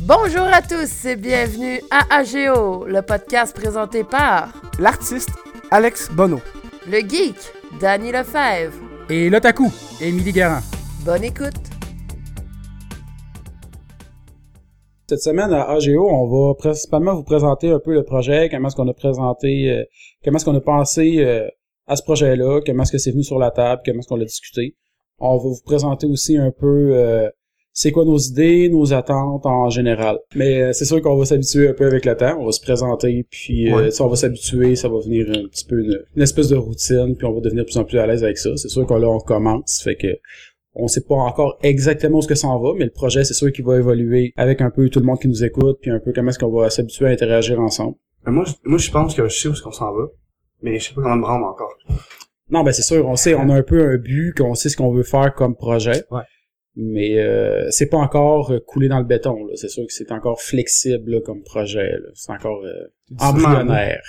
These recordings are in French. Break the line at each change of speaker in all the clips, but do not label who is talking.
Bonjour à tous et bienvenue à AGO, le podcast présenté par
l'artiste Alex Bonneau.
le geek Danny Lefebvre.
Et l'Otaku, Émilie Garand.
Bonne écoute.
Cette semaine à AGO, on va principalement vous présenter un peu le projet, comment est-ce qu'on a présenté, euh, comment est-ce qu'on a pensé euh, à ce projet-là, comment est-ce que c'est venu sur la table, comment est-ce qu'on l'a discuté. On va vous présenter aussi un peu euh, c'est quoi nos idées, nos attentes en général. Mais euh, c'est sûr qu'on va s'habituer un peu avec le temps, on va se présenter, puis euh,
Ouais.
ça, on va s'habituer, ça va venir un petit peu une, une espèce de routine, puis on va devenir de plus en plus à l'aise avec ça. C'est sûr qu'on là, on commence, fait que on sait pas encore exactement où ce que ça en va, mais le projet, c'est sûr qu'il va évoluer avec un peu tout le monde qui nous écoute, puis un peu comment est-ce qu'on va s'habituer à interagir ensemble.
Mais Euh, moi, je, moi, je pense que je sais où est-ce qu'on s'en va, mais je sais pas comment me rendre encore.
Non, ben c'est sûr, on sait, on a un peu un but, qu'on sait ce qu'on veut faire comme projet.
Ouais.
Mais euh, c'est pas encore euh, coulé dans le béton. là. C'est sûr que c'est encore flexible là, comme projet. là. C'est encore euh, embryonnaire.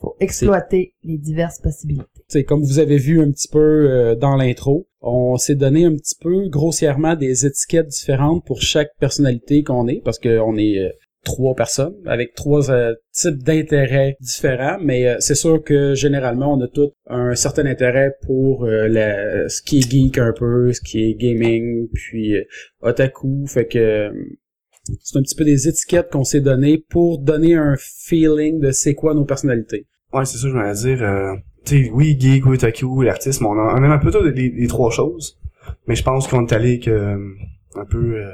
faut exploiter les diverses possibilités.
T'sais, comme vous avez vu un petit peu euh, dans l'intro, on s'est donné un petit peu grossièrement des étiquettes différentes pour chaque personnalité qu'on est, parce qu'on est euh, trois personnes avec trois euh, types d'intérêts différents, mais euh, c'est sûr que généralement on a tous un certain intérêt pour euh, la- ce qui est geek un peu, ce qui est gaming, puis euh, otaku, fait que euh, c'est un petit peu des étiquettes qu'on s'est données pour donner un feeling de c'est quoi nos personnalités.
Ouais, c'est ça, je voulais dire. Euh, tu sais, oui, geek, oui, otaku, l'artiste, mais on a, on aime un peu tout les, les trois choses. Mais je pense qu'on est allé avec euh, un peu euh,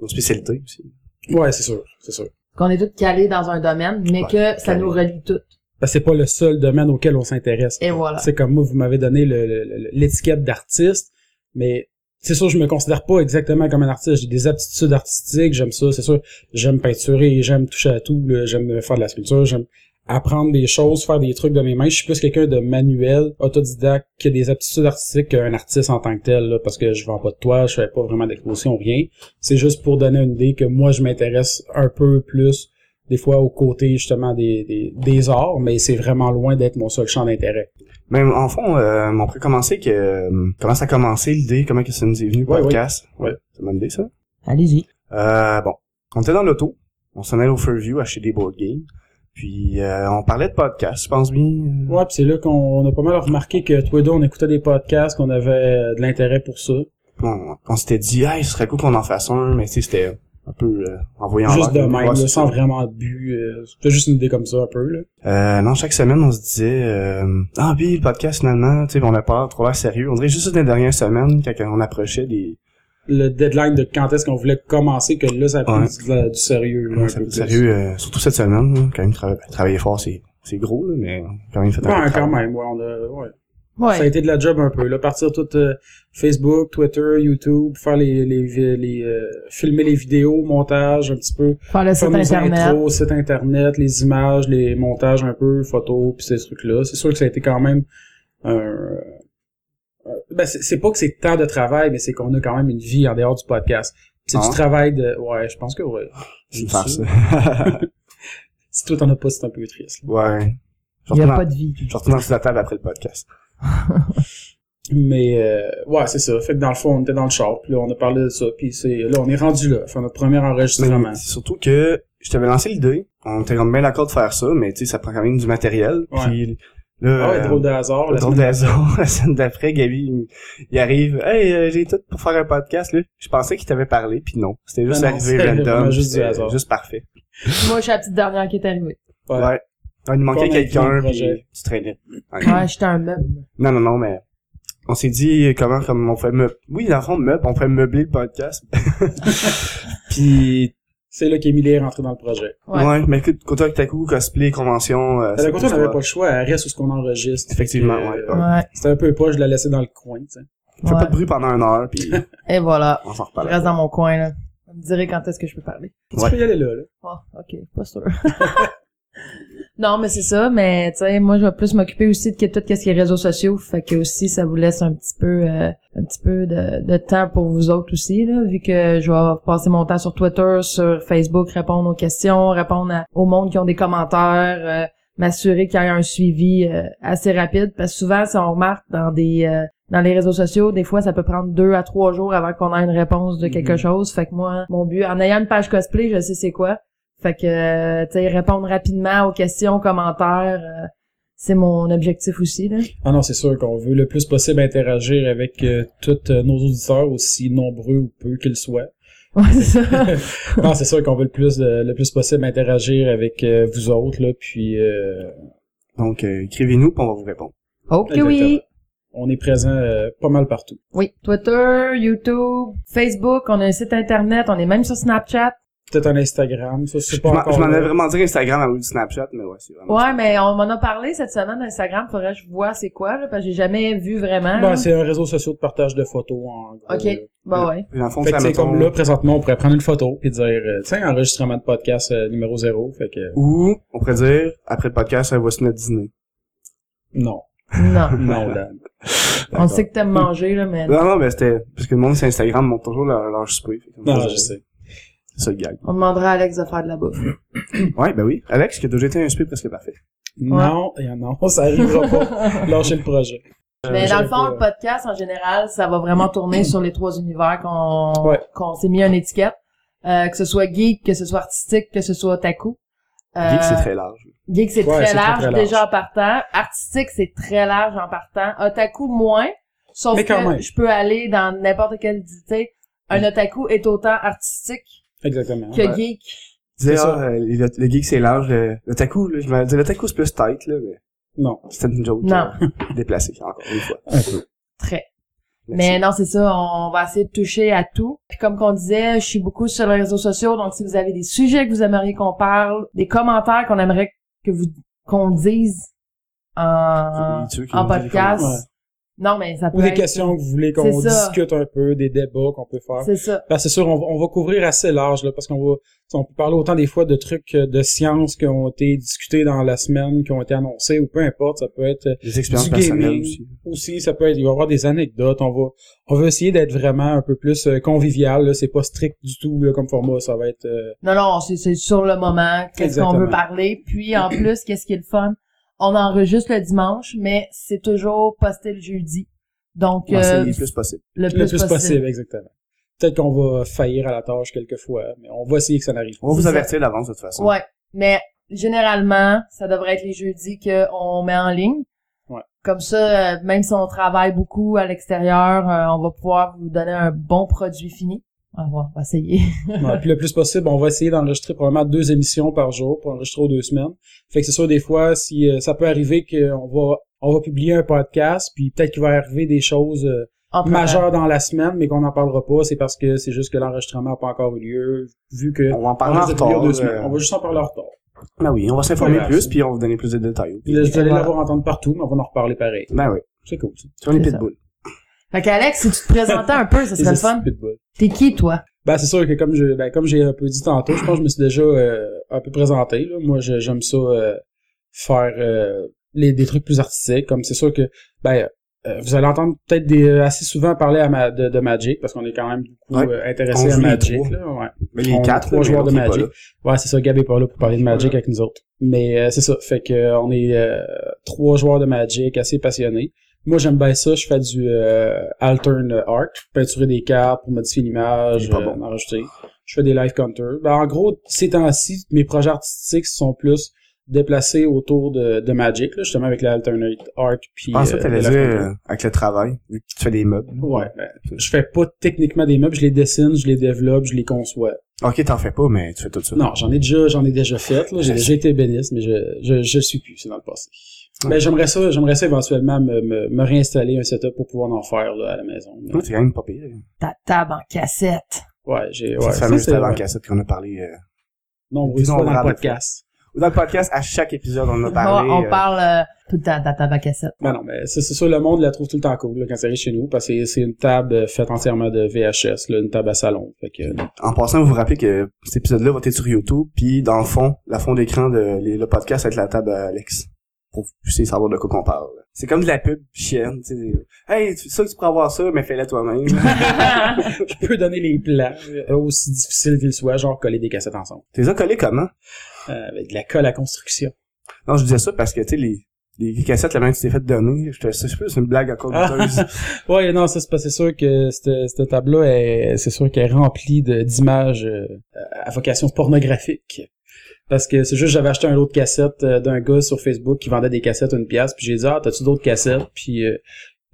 nos spécialités aussi.
Ouais, c'est sûr, c'est sûr.
Qu'on est tous calés dans un domaine, mais
Ouais,
que ça
calés.
nous relie toutes.
Parce que c'est pas le seul domaine auquel on s'intéresse.
Et voilà.
C'est comme moi, vous m'avez donné le- le- le- l'étiquette d'artiste, mais c'est sûr, je me considère pas exactement comme un artiste. J'ai des aptitudes artistiques, j'aime ça, c'est sûr. J'aime peinturer, j'aime toucher à tout, là. j'aime faire de la sculpture, j'aime apprendre des choses, faire des trucs de mes mains. Je suis plus quelqu'un de manuel, autodidacte, qui a des aptitudes artistiques qu'un artiste en tant que tel, là, parce que je vends pas de toile, je fais pas vraiment d'exposition, rien. C'est juste pour donner une idée que moi, je m'intéresse un peu plus des fois au côté justement des, des, des arts, mais c'est vraiment loin d'être mon seul champ d'intérêt.
Même en fond, euh, on pourrait commencer que euh, comment ça a commencé l'idée, comment que ça nous est venu le
Ouais,
podcast.
ouais.
C'est une bonne idée ça.
Allez-y.
Euh, bon, on était dans l'auto, on s'en allait au Fairview acheter des board games, puis euh, on parlait de podcast, je pense bien. euh,
Ouais, puis c'est là qu'on on a pas mal remarqué que toi et deux, on écoutait des podcasts, qu'on avait euh, de l'intérêt pour ça.
on, on s'était dit, hey, ce serait cool qu'on en fasse un, mais tu sais, c'était un peu euh, envoyé en
juste de
l'air.
même,
Ouais,
là,
c'est
sans
ça.
vraiment de but. euh, C'était juste une idée comme ça, un peu. Là.
Euh, non, chaque semaine, on se disait, euh, ah oui, le podcast, finalement, tu sais, on n'a pas trop l'air sérieux. On dirait juste les dernières semaines, quand on approchait des...
Le deadline de quand est-ce qu'on voulait commencer, que là, ça a pris
Ouais.
du, de la- du sérieux. Là, un
Ça
peu
fait
plus.
sérieux, euh, surtout cette semaine, là, quand même, trava- travailler fort, c'est c'est gros, là, mais quand même, fait
Ouais,
un peu de
quand
travail.
même, ouais, on a, ouais. Ça a
Ouais.
été de la job un peu. Là, partir tout euh, Facebook, Twitter, YouTube, faire les, les, vi- les euh, filmer les vidéos, montage un petit peu,
Faire le site
Comme les
Ah, internet.
intros, site internet, les images, les montages un peu, photos, puis ces trucs-là. C'est sûr que ça a été quand même un... un- Ben, c'est c'est pas que c'est tant de travail, mais c'est qu'on a quand même une vie en dehors du podcast. C'est
Ah.
du travail de... Ouais, je pense que ouais.
C'est une farce.
Si toi t'en as pas, c'est un peu triste. là.
ouais.
Il
Je
n'y a
suis retourné
pas
dans-
de vie.
je suis retourné en dessous de la table après le podcast.
Mais euh, ouais, c'est ça. Fait que dans le fond, on était dans le char, puis là, on a parlé de ça, puis c'est... Là, on est rendu là. Enfin, notre premier
Mais
enregistrement.
c'est surtout que je t'avais lancé l'idée, on était comme bien d'accord de faire ça, mais tu sais, ça prend quand même du matériel.
Ouais.
Puis là,
Ah ouais,
euh,
drôle de hasard. la
drôle
semaine-
de hasard, la semaine d'après, Gabi, il- il arrive, hey, euh, j'ai tout pour faire un podcast, là. Je pensais qu'il t'avait parlé, puis non. C'était juste
Ben non,
arrivé
c'était
random,
vraiment
juste,
juste du hasard.
juste parfait.
Moi, je suis la petite dernière qui est arrivée.
Ouais.
Ouais. Ah, il
Pas
manquait
dans le
quelqu'un,
projet.
puis tu traînais. Ouais.
Ouais, j'étais un meuble.
Non, non, non, mais on s'est dit comment comme on fait meubler. Oui, dans le fond, meuble, on fait meubler le podcast. puis,
C'est là qu'Émilie est rentrée dans le projet.
ouais.
Ouais.
mais écoute, côté Octaku, cosplay, convention, euh,
D'un côté, on
tout
n'avait
ça.
pas le choix, elle reste où ce qu'on enregistre.
Effectivement,
Fait que,
ouais.
euh,
Ouais.
C'était un peu pas, je la laissais dans le coin, tu sais.
Fais
ouais.
pas de bruit pendant une heure, puis
Et voilà.
on s'en
Je
reparle.
reste dans mon coin, là. Vous me direz quand est-ce que je peux parler.
Tu
Ouais.
peux y aller là, là.
Oh, ok. Pas sûr. non, mais c'est ça. Mais, tu sais, moi, je vais plus m'occuper aussi de que- tout ce qui est réseaux sociaux. Fait que aussi, ça vous laisse un petit peu, euh, un petit peu de, de temps pour vous autres aussi, là. Vu que je vais passer mon temps sur Twitter, sur Facebook, répondre aux questions, répondre à- au monde qui ont des commentaires, euh, m'assurer qu'il y ait un suivi euh, assez rapide. Parce que souvent, si on remarque dans des, euh, dans les réseaux sociaux, des fois, ça peut prendre deux à trois jours avant qu'on ait une réponse de quelque
Mhm.
chose. Fait que moi, mon but, en ayant une page cosplay, je sais c'est quoi. Fait que, euh, tu sais, répondre rapidement aux questions, commentaires, euh, c'est mon objectif aussi, là.
Ah non, c'est sûr qu'on veut le plus possible interagir avec euh, tous euh, nos auditeurs, aussi nombreux ou peu qu'ils soient.
Ouais, c'est ça.
non, c'est sûr qu'on veut le plus euh, le plus possible interagir avec euh, vous autres là, puis euh,
Donc, euh, écrivez-nous, puis on va vous répondre.
ok,
Exactement.
oui.
on est présent euh, pas mal partout.
Oui. Twitter, YouTube, Facebook, on a un site internet, on est même sur Snapchat.
Peut-être un Instagram, ça c'est
Je
pas
m'en
encore
je m'en
là.
allais vraiment dire Instagram à vous du Snapchat, mais ouais, c'est vraiment...
Ouais, mais on m'en a parlé cette semaine Instagram, faudrait que je vois c'est quoi, là, parce que j'ai jamais vu vraiment.
Ben,
là.
c'est Euh, un réseau social de partage de photos en gros.
Ok.
là.
Bah ouais.
Dans le fond,
Fait que
ça,
c'est
mettons,
comme là présentement, on pourrait prendre une photo puis dire euh, tiens, enregistrement de podcast euh, numéro zéro, fait que euh,
Ou, on pourrait dire, après le podcast, euh, voici notre dîner.
non,
Non.
non Dan.
on sait que t'aimes manger, là, mais
Ben-
Non, non, mais c'était... Parce que le monde sur Instagram montre toujours leur, leur souper. Fait que-
Non, je sais.
C'est ça le gag.
on demandera à Alex de faire de la bouffe.
Ouais, ben oui. Alex, qui a déjà été un souper presque parfait.
Non, et non, ça arrivera pas. Lâcher le projet.
mais dans le fond,
Euh, pas-
le podcast, en général, ça va vraiment tourner sur les trois univers qu'on
Ouais.
qu'on s'est mis une étiquette. Euh, que ce soit geek, que ce soit artistique, que ce soit otaku. Euh,
Geek, c'est très large.
Geek, c'est
Ouais,
très,
c'est très,
large
très large.
déjà en partant. Artistique, c'est très large en partant. Otaku, moins. Sauf
Mais quand
que
même.
je peux aller dans n'importe quelle... Tu sais, un otaku est autant artistique
Exactement.
que
Ouais.
geek.
Je disais,
C'est
ah, euh, le, le geek, c'est large. Le, le taku, là, je me disais, le taku, c'est plus tight, là, mais
Non,
c'était une joke.
Non.
euh, déplacée, encore une fois.
un peu.
Très.
Merci.
Mais non, c'est ça, on va essayer de toucher à tout. Puis comme qu'on disait, je suis beaucoup sur les réseaux sociaux, donc si vous avez des sujets que vous aimeriez qu'on parle, des commentaires qu'on aimerait que vous qu'on dise en,
Tu veux qu'il
en
nous dise les
podcast.
commentaires?
Non, mais ça peut
Ou des
être-
questions que vous voulez qu'on
C'est ça.
discute un peu, des débats qu'on peut faire.
C'est ça.
Ben, c'est sûr, on va, on va couvrir assez large, là, parce qu'on va, on peut parler autant des fois de trucs euh, de science qui ont été discutés dans la semaine, qui ont été annoncés, ou peu importe, ça peut être euh,
Des expériences
du
personnelles
gaming
aussi.
aussi. ça peut être, il va y avoir des anecdotes, on va, on va essayer d'être vraiment un peu plus euh, convivial, là, c'est pas strict du tout, là, comme format, ça va être, euh,
Non, non, c'est, c'est sur le moment, qu'est-ce qu'on
Exactement.
veut parler. Puis en plus, qu'est-ce qui est le fun? On enregistre le dimanche, mais c'est toujours posté le jeudi. Donc,
Ouais, c'est
euh,
le plus possible.
le plus,
le plus possible,
possible.
exactement. Peut-être qu'on va faillir à la tâche quelquefois, mais on va essayer que ça n'arrive pas.
On va
c'est
vous
ça.
avertir d'avance, de toute façon.
Ouais, mais généralement, ça devrait être les jeudis qu'on met en ligne.
Ouais.
Comme ça, euh, même si on travaille beaucoup à l'extérieur, euh, on va pouvoir vous donner un bon produit fini. On va, on va essayer.
Ouais, puis le plus possible, on va essayer d'enregistrer probablement deux émissions par jour pour enregistrer aux deux semaines. Fait que c'est sûr, des fois, si euh, ça peut arriver qu'on va on va publier un podcast, puis peut-être qu'il va arriver des choses euh,
En préparant.
majeures dans la semaine, mais qu'on n'en parlera pas, c'est parce que c'est juste que l'enregistrement n'a pas encore eu lieu, vu que
Euh, On va en
on
parler
va
en
juste publier
retard.
aux deux semaines.
euh,
On va juste en parler en retard.
Ben oui, on va s'informer
Ouais,
plus,
c'est-
puis on va vous donner plus de détails.
Puis là, vous allez
Voilà.
l'avoir entendu partout, mais on va en reparler pareil.
Ben oui,
C'est cool, ça.
sur les
C'est ça.
pitbulls.
Fait qu'Alex, si tu te présentais un peu, ça
Les
serait le fun.
astuces pitbull.
T'es qui, toi?
Ben, c'est sûr que comme je ben, comme j'ai un peu dit tantôt, je pense que je me suis déjà euh, un peu présenté. Là. Moi, je- j'aime ça euh, faire euh, les, des trucs plus artistiques. Comme c'est sûr que ben euh, vous allez entendre peut-être des euh, assez souvent parler à ma, de, de Magic parce qu'on est quand même beaucoup
Ouais.
euh, intéressé
On
à
joue les
Magic.
trois.
Là, ouais.
Mais les
On a
quatre,
trois
là,
joueurs
mais
de
on est pas
Magic.
là.
Ouais, c'est ça, Gab est pas là pour parler de Magic
Voilà.
avec nous autres. Mais euh, c'est ça, fait que euh, on est euh, trois joueurs de Magic assez passionnés. Moi j'aime bien ça, je fais du euh, altern art, peinturer des cartes pour modifier l'image,
C'est pas
euh,
bon.
en rajouter. Je fais des live counters. Ben, en gros, ces temps-ci, mes projets artistiques sont plus déplacés autour de, de Magic, là, justement avec l'alternate art puis
Je pensais que
euh,
Ah, t'allais
les
dire
live counters.
euh, avec le travail, vu que tu fais des meubles.
Ouais, ben, je fais pas techniquement des meubles, je les dessine, je les développe, je les conçois.
Ok, t'en fais pas, mais tu fais tout ça.
Non, j'en ai déjà, j'en ai déjà fait. là. J'ai déjà été ébéniste, mais je, je, je le suis plus. C'est dans le passé.
Ouais.
Ben, j'aimerais ça, j'aimerais ça éventuellement me, me, me réinstaller un setup pour pouvoir en faire là, à la maison. Mais,
Non, C'est quand même pas pire.
Ta table en cassette.
ouais, j'ai ouais,
Cette
ça,
fameuse
c'est-
table en
ouais,
cassette qu'on a parlé. euh,
nombreuses fois dans le
Innombrables
podcast.
Dans le podcast, à chaque épisode, on en a
On,
parlé.
on
euh,
parle euh, tout le temps de ta table en cassette.
Ben non, mais c'est c'est sûr, le monde la trouve tout le temps cool là, quand ça arrive chez nous, parce que c'est une table euh, faite entièrement de VHS, là, une table à salon. Fait que, euh,
En passant, vous vous rappelez que cet épisode-là va être sur YouTube, puis dans le fond, la fond d'écran de les- le podcast avec la table à Alex. Pour que vous puissiez savoir de quoi qu'on parle. C'est comme de la pub chienne, tu sais. Hey, tu sais que tu pourrais avoir ça, mais fais-la toi-même.
je peux donner les plans, euh, aussi difficiles qu'ils soient, genre coller des cassettes ensemble.
T'es les as collés comment?
Euh, avec de la colle à construction.
Non, je disais ça parce que, tu sais, les, des cassettes, la même que tu t'es fait donner. Je te, je sais pas, c'est une blague à cause
Ah,
de
Ouais, non, ça c'est pas, c'est sûr que cette, cette table-là, est- c'est sûr qu'elle est remplie de- d'images euh, à vocation pornographique. Parce que c'est juste, j'avais acheté un lot de cassettes euh, d'un gars sur Facebook qui vendait des cassettes à une pièce, puis j'ai dit, ah, t'as-tu d'autres cassettes? Puis euh,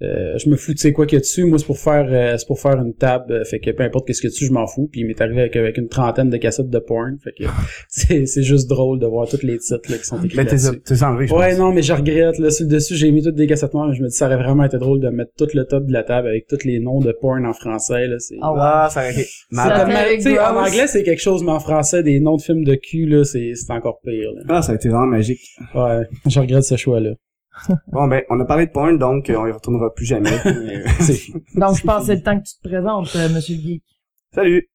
euh, je me fous, tu sais quoi qu'il y a dessus. Moi, c'est pour faire, euh, c'est pour faire une table, euh, fait que peu importe qu'est-ce que tu, je m'en fous. Puis il m'est arrivé avec, avec une trentaine de cassettes de porn, fait que c'est, c'est juste drôle de voir tous les titres là, qui sont écrits
Mais
là-dessus.
Ben, t'es, t'es enlevé, je
Ouais,
pense.
non, mais je regrette. Là, sur le dessus, j'ai mis toutes des cassettes noires. mais Je me dis, ça aurait vraiment été drôle de mettre tout le top de la table avec tous les noms de porn en français. Là, c'est...
Ah ouais.
Ah, ça aurait été
C'est
malade.
Ça-
comme-
Avec
tu sais, en
Gross.
anglais, c'est quelque chose, mais en français, des noms de films de cul, là, c'est, c'est encore pire. Là.
Ah, ça a été vraiment magique.
Ouais, je regrette ce choix-là.
Bon, ben, on a parlé de porn, donc, euh, on y retournera plus jamais. Mais, euh,
C'est fini.
Donc, je pense que c'est le temps que tu te présentes, euh, Monsieur Guy.
Salut!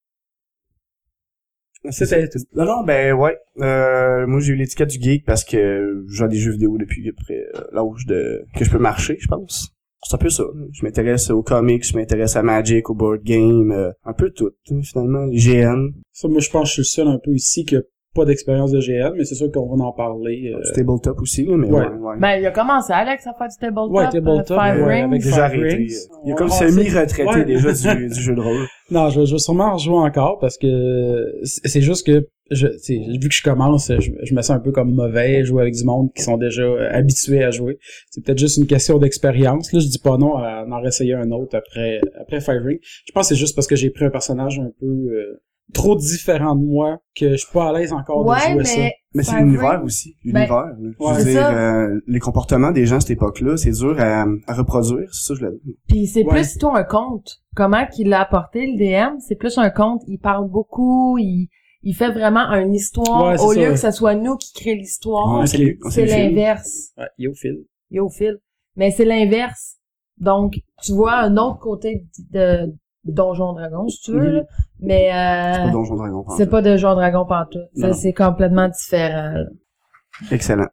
C'était tout.
Non, non, ben ouais. Euh, moi, j'ai eu l'étiquette du geek parce que je joue à des jeux vidéo depuis à peu près euh, l'âge de que je peux marcher, je pense. C'est un peu ça. Je m'intéresse aux comics, je m'intéresse à Magic, au board game, euh, un peu tout, hein, finalement. Les GN.
Ça, moi, je pense que je suis le seul un peu ici qui a pas d'expérience de GN, mais c'est sûr qu'on va en parler. euh,
du Tabletop aussi, là, mais ouais,
ouais.
ouais.
Ben, il a commencé, Alex, à faire du tabletop.
Ouais, tabletop,
euh, Five
ouais,
Rings.
avec-
Déjà
Five
arrêté.
Rings.
Il est comme
On- on sait-
semi-retraité
Ouais.
déjà du, du jeu de rôle.
Non, je, vais- je vais sûrement en rejouer encore parce que c'est c'est juste que je, tu sais, vu que je commence, je, je me sens un peu comme mauvais jouer avec du monde qui sont déjà euh, habitués à jouer. C'est peut-être juste une question d'expérience. Là, je dis pas non à en essayer un autre après après Five Ring. Je pense que c'est juste parce que j'ai pris un personnage un peu euh, trop différent de moi que je suis pas à l'aise encore de
Ouais,
jouer
mais.
ça.
Mais c'est
Five
l'univers
Rings. Ben,
aussi. L'univers. là.
ouais.
je veux
C'est
dire,
ça.
euh, les comportements des gens à cette époque-là, c'est dur à, à reproduire. C'est ça, je l'avais.
Puis c'est
Ouais.
plus toi un conte. Comment qu'il l'a apporté le DM, c'est plus un conte. Il parle beaucoup, il, il fait vraiment une histoire
Ouais, c'est
au
ça, Ah,
lieu
ouais.
que ça soit nous qui crée l'histoire.
On s'est lu- on
c'est
s'est lu chez nous.
l'inverse.
Ouais, yo, Phil.
Yo Phil. Mais c'est l'inverse. Donc tu vois un autre côté de, de Donjon Dragon si tu veux,
Mhm.
là. mais
Pas
euh,
Donjon Dragon, par
c'est pas Donjon Dragon pantoute. Ça,
Non.
C'est complètement différent. là.
Excellent.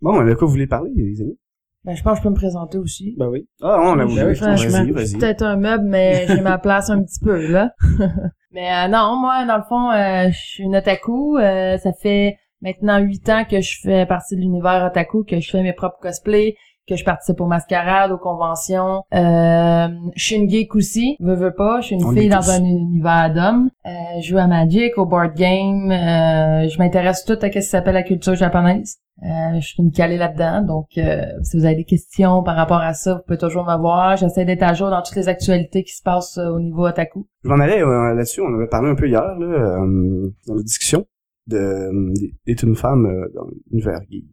Bon, mais de quoi vous voulez parler, les amis?
Ben, je pense que je peux me présenter aussi.
Ben oui.
Ah, on a
Ben
voulu.
oui,
Vas-y,
franchement.
vas-y.
peut-être un meuble, mais j'ai ma place un petit peu, là. mais euh, non, moi, dans le fond, euh, je suis une otaku. Euh, ça fait maintenant huit ans que je fais partie de l'univers otaku, que je fais mes propres cosplays, que je participe aux mascarades, aux conventions. Euh, je suis une geek aussi, veux, veux pas. Je suis une
On
fille
l'est
dans
tous.
un univers d'hommes. Euh, je joue à Magic, au board game. Euh, je m'intéresse tout à ce qui s'appelle la culture japonaise. Euh, je suis une calée là-dedans, donc euh, si vous avez des questions par rapport à ça, vous pouvez toujours me voir. J'essaie d'être à jour dans toutes les actualités qui se passent euh, au niveau otaku.
Je m'en allais euh, là-dessus, on avait parlé un peu hier, là, euh, dans la discussion, de, euh, d'être une femme euh, dans l'univers geek.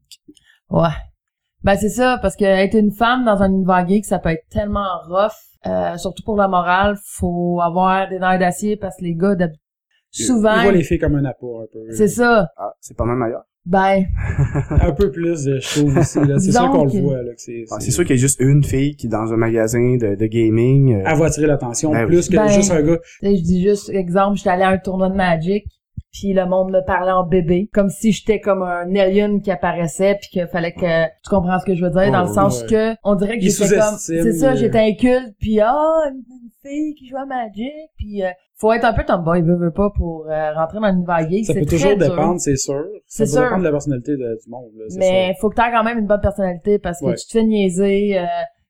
Ouais. Ben c'est ça, parce que être une femme dans un univers geek, ça peut être tellement rough, euh, surtout pour la morale. Faut avoir des nerfs d'acier parce que les gars, d'hab-
Il
souvent,
voit les filles comme un apport un peu.
c'est ça.
Ah, c'est pas même ailleurs.
Ben,
Un peu plus de choses aussi. là. C'est sûr
Disons
qu'on
que-
le voit. Là, que c'est,
Ah, c'est sûr qu'il y a juste une fille qui est dans un magasin de, de gaming. euh,
Elle va attirer l'attention
Ben oui.
plus que
Ben-
juste un gars.
Tu sais, je dis juste, exemple, j'étais allée à un tournoi de Magic, puis le monde me parlait en bébé, comme si j'étais comme un alien qui apparaissait, puis qu'il fallait que tu comprends ce que je veux dire, dans le
Oh,
sens
ouais.
que on dirait que
Il
j'étais comme,
sous-estime,
c'est ça,
euh,
j'étais inculte, puis ah, une, une fille qui joue à Magic, puis euh, faut être un peu tomboy, veut veut pas pour euh, rentrer dans l'univers geek,
Ça
c'est
peut
très
toujours
dur.
dépendre, c'est sûr.
C'est
Ça peut
sûr.
dépendre de la personnalité de- du monde. Là, c'est
Mais faut que t'aies quand même une bonne personnalité parce que
Ouais.
tu te fais niaiser. euh,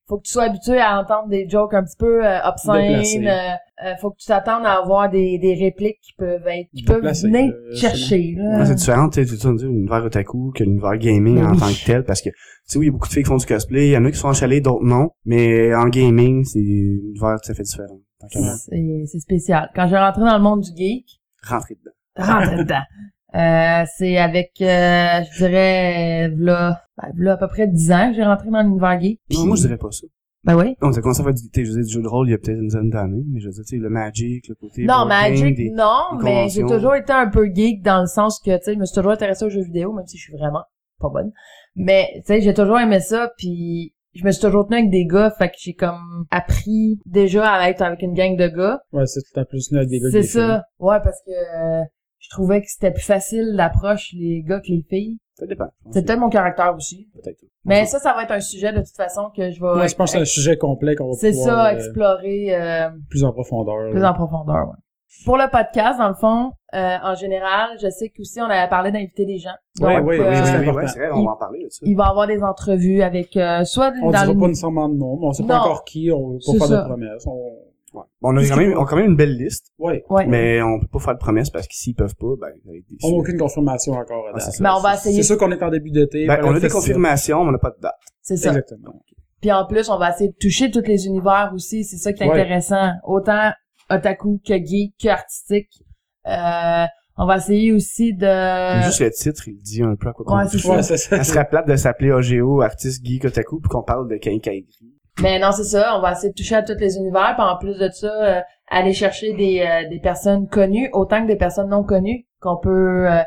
faut que tu sois habitué à entendre des jokes un petit peu euh, obscènes.
Déplacés.
euh, euh, faut que tu t'attendes à avoir des, des répliques qui peuvent être, qui peuvent
Déplacés,
venir
euh,
te chercher.
Ouais,
Là.
c'est différent, tu sais, tu sais, l'univers otaku que l'univers gaming
Ben
en
Euh. oui.
tant que tel, parce que, tu sais, oui, il y a beaucoup de filles qui font du cosplay, il y en a qui sont en chalet, d'autres non, mais en gaming, c'est l'univers tout à fait différent. Tant qu'à moi,
C'est c'est spécial. Quand j'ai rentré dans le monde du geek,
rentrer dedans.
rentre dedans. Euh, c'est avec, euh, je dirais, là, à peu près 10 ans que j'ai rentré dans l'univers geek.
Non,
Puis-
moi, je dirais pas ça.
Ben oui.
On a commencé à faire du, tu sais, je veux dire, du jeu de rôle il y a peut-être une dizaine d'années, mais je veux dire, tu sais, le Magic, le côté...
Non,
board game,
Magic,
des-
non,
des
mais j'ai
conventions.
toujours été un peu geek dans le sens que, tu sais, je me suis toujours intéressée aux jeux vidéo, même si je suis vraiment pas bonne. Mais, tu sais, j'ai toujours aimé ça, puis je me suis toujours tenue avec des gars, fait que j'ai comme appris déjà à être avec une gang de gars.
ça. Ouais, c'est tout en plus venu avec des gars que
C'est
des filles.
ça. Ouais, parce que euh, je trouvais que c'était plus facile l'approche les gars que les filles.
Ça dépend. je pense.
C'est peut-être mon caractère aussi.
Peut-être.
Mais ça, ça va être un sujet de toute façon que je vais...
Moi, je pense que c'est un sujet complet qu'on va
c'est
pouvoir
ça,
euh,
explorer euh,
plus en profondeur.
plus
là.
en profondeur. ouais. pour le podcast, dans le fond, euh, en général, je sais qu'aussi on avait parlé d'inviter des gens.
Ouais,
Donc,
ouais,
euh,
oui,
oui,
c'est
oui,
important.
ouais, c'est vrai, on va en parler là-dessus.
il va avoir des entrevues avec euh, soit
On
dans
dira pas
le...
nécessairement de nom, mais on sait pas
Non.
encore qui, on veut
C'est
pas faire
ça.
de promesses. On...
Ouais. On a quand même, on a quand même une belle liste,
Ouais.
Ouais.
mais on peut pas faire de promesses parce que s'ils peuvent pas, ben, vous allez être déçus.
On n'a aucune confirmation encore à
Ah, c'est
date.
ça.
Mais on va
C'est
essayer.
sûr qu'on est en début d'été.
Ben,
par le
on a des
festival.
confirmations, mais on n'a pas de date.
C'est ça.
Exactement.
Puis en plus, on va essayer de toucher tous les univers aussi. C'est ça qui est
Ouais.
intéressant. Autant otaku que geek que artistique. Euh, on va essayer aussi de...
Juste le titre, il dit un peu à quoi qu'on
Euh, Ouais, c'est
Ouais, c'est ça.
Ça serait plate de s'appeler OGO, artiste geek otaku, puis qu'on parle de quincaillerie.
Mais non, c'est ça. On va essayer de toucher à tous les univers. Puis en plus de ça, euh, aller chercher des, euh, des personnes connues autant que des personnes non connues qu'on peut euh,
non,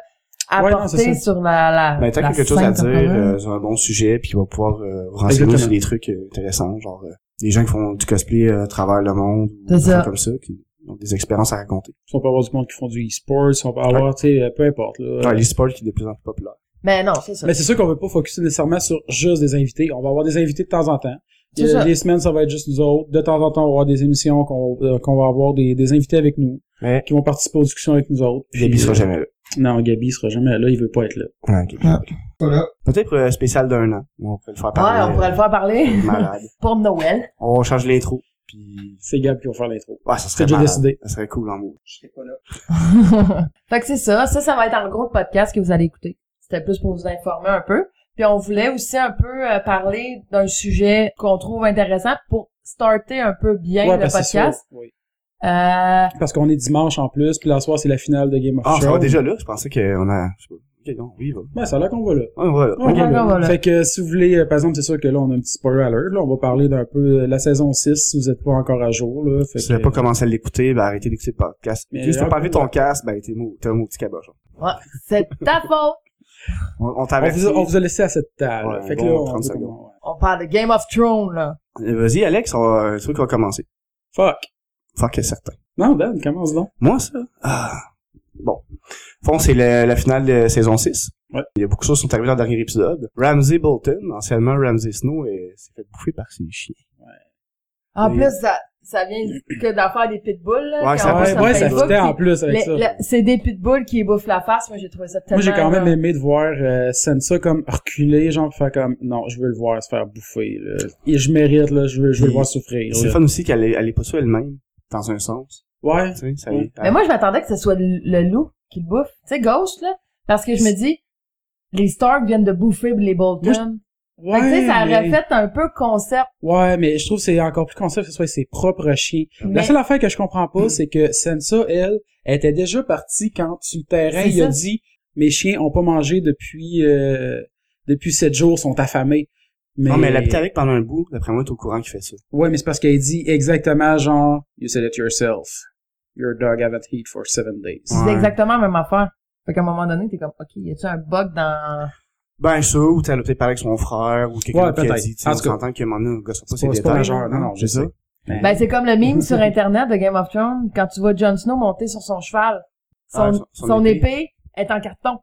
apporter
c'est ça.
sur la... la
Ben, t'as
la
quelque chose
scène
à dire
temporelle.
euh, sur un bon sujet, puis il va pouvoir euh, vous renseigner
Exactement.
sur des trucs euh, intéressants, genre euh, des gens qui font du cosplay euh, à travers le monde, ou
C'est
des
ça.
trucs comme ça, qui ont des expériences à raconter.
Si on peut avoir du monde qui font du e-sport, si on peut avoir, tu sais, euh, peu importe. Là.
Ouais, les sports qui est de plus en plus populaire.
Mais non, c'est ça.
Mais c'est sûr qu'on veut pas focuser nécessairement sur juste des invités. On va avoir des invités de temps en temps. Euh,
C'est ça.
Les semaines, ça va être juste nous autres. De temps en temps, on va avoir des émissions qu'on euh, qu'on va avoir des, des invités avec nous,
Mais
qui vont participer aux discussions avec nous autres. Puis,
Gabi sera
euh,
jamais là.
Non, Gabi sera jamais là. Il veut pas être là.
Ouais, ok.
Ouais.
Voilà.
Peut-être euh, spécial d'un an. On peut le faire parler.
Ouais, on pourrait le faire parler
euh, Malade.
pour Noël.
On change l'intro, puis...
C'est Gab qui va faire l'intro.
Ouais, ça serait
déjà
Ah, malade.
décidé.
Ça serait cool en mot.
Je serai pas là.
fait que c'est ça. Ça, ça va être en gros le podcast que vous allez écouter. C'était plus pour vous informer un peu. Puis on voulait aussi un peu euh, parler d'un sujet qu'on trouve intéressant pour starter un peu bien
Ouais,
le
parce que c'est
podcast.
sûr, oui.
Euh,
Parce qu'on est dimanche en plus, puis la soirée, c'est la finale de Game of
Ah,
Thrones.
ça va déjà là? Je pensais qu'on a... je sais pas. Ok, non, oui, il va. Ah,
Ouais, ça a l'air qu'on va là.
Ouais, voilà.
On
Ok,
va là.
on va là.
Fait que si vous voulez, euh, par exemple, c'est sûr que là, on a un petit spoiler alert. Là, on va parler d'un peu euh, la saison 6 si vous n'êtes pas encore à jour. Là. Fait
Si t'as
que,
pas commencé à l'écouter, ben arrêtez d'écouter le podcast.
Mais
Puis si t'as
là,
pas vu
ouais.
ton casque, ben t'es mo- t'es un petit caboche.
ouais, c'est ta faute.
On, on
on,
t'avertit.
vous a, on vous a laissé à cette table.
Ah, Ouais,
fait que
bon,
là, on
30
dit
secondes.
comment- ouais.
On parle de Game of Thrones, là.
Euh, Vas-y, Alex, on va- un truc va commencer.
Fuck.
Fuck, c'est certain.
Non, Dan, commence donc.
Moi, ça? Ah. Bon. Au fond, c'est le- la finale de saison 6.
Ouais.
Il y a beaucoup de choses qui sont arrivées dans le dernier épisode. Ramsey Bolton, anciennement Ramsey Snow, euh, s'est fait bouffer par ses chiens.
En
Oui.
plus, ça, ça vient que d'affaire des pitbulls, là.
Ouais,
Puis
ça-
en
ouais,
plus,
ça
ouais,
fait
ça
le
Facebook,
fitait en
puis
plus avec
le-
ça.
le- C'est des pitbulls qui bouffent la face. Moi, j'ai trouvé ça tellement...
Moi, j'ai quand même
là,
aimé de voir euh, Sansa comme reculer, genre faire comme non, je veux le voir se faire bouffer. Là. Et je mérite, là, je veux, je veux le
Et
voir souffrir.
C'est le
là.
fun aussi qu'elle est, elle est pas sous elle-même, dans un sens.
Ouais.
Tu sais, ça
Ouais.
est-
Mais moi, je m'attendais que ce soit le, le loup qui le bouffe. Tu sais, Ghost, là. Parce que je me dis, les Stark viennent de bouffer les Bolton.
Ouais,
fait que, tu sais, ça aurait
mais-
fait un peu concept.
Ouais, mais je trouve que c'est encore plus concept que ce soit ses propres chiens.
Mais- Hmm.
La seule affaire que je comprends pas, c'est que Sansa, elle, elle était déjà partie quand sur le terrain,
C'est
il a
ça.
dit mes chiens ont pas mangé depuis euh, depuis sept jours, sont affamés. Mais,
Non, mais elle habite avec pendant un bout. D'après moi, t'es au courant qu'il fait ça.
Ouais, mais c'est parce qu'elle dit exactement genre You said it yourself. Your dog haven't eaten for seven days.
C'est
Ouais.
exactement la même affaire. Fait qu'à un moment donné, t'es comme, OK, y a-tu un bug dans...
Ben, ça, ou t'as peut-être parlé avec son frère, ou quelqu'un
Ouais,
qui a
peut-être.
dit, tu sais,
En
on
tout cas.
s'entend que maintenant, le gars, c'est pas
C'est
ses
pas- c'est pas
détails.
majeur, non, non, je
C'est ça.
sais. Mais-
Ben, c'est comme le meme sur Internet de Game of Thrones, quand tu vois Jon Snow monter sur son cheval. Son,
Ah, son- son
son épée.
épée.
est en carton.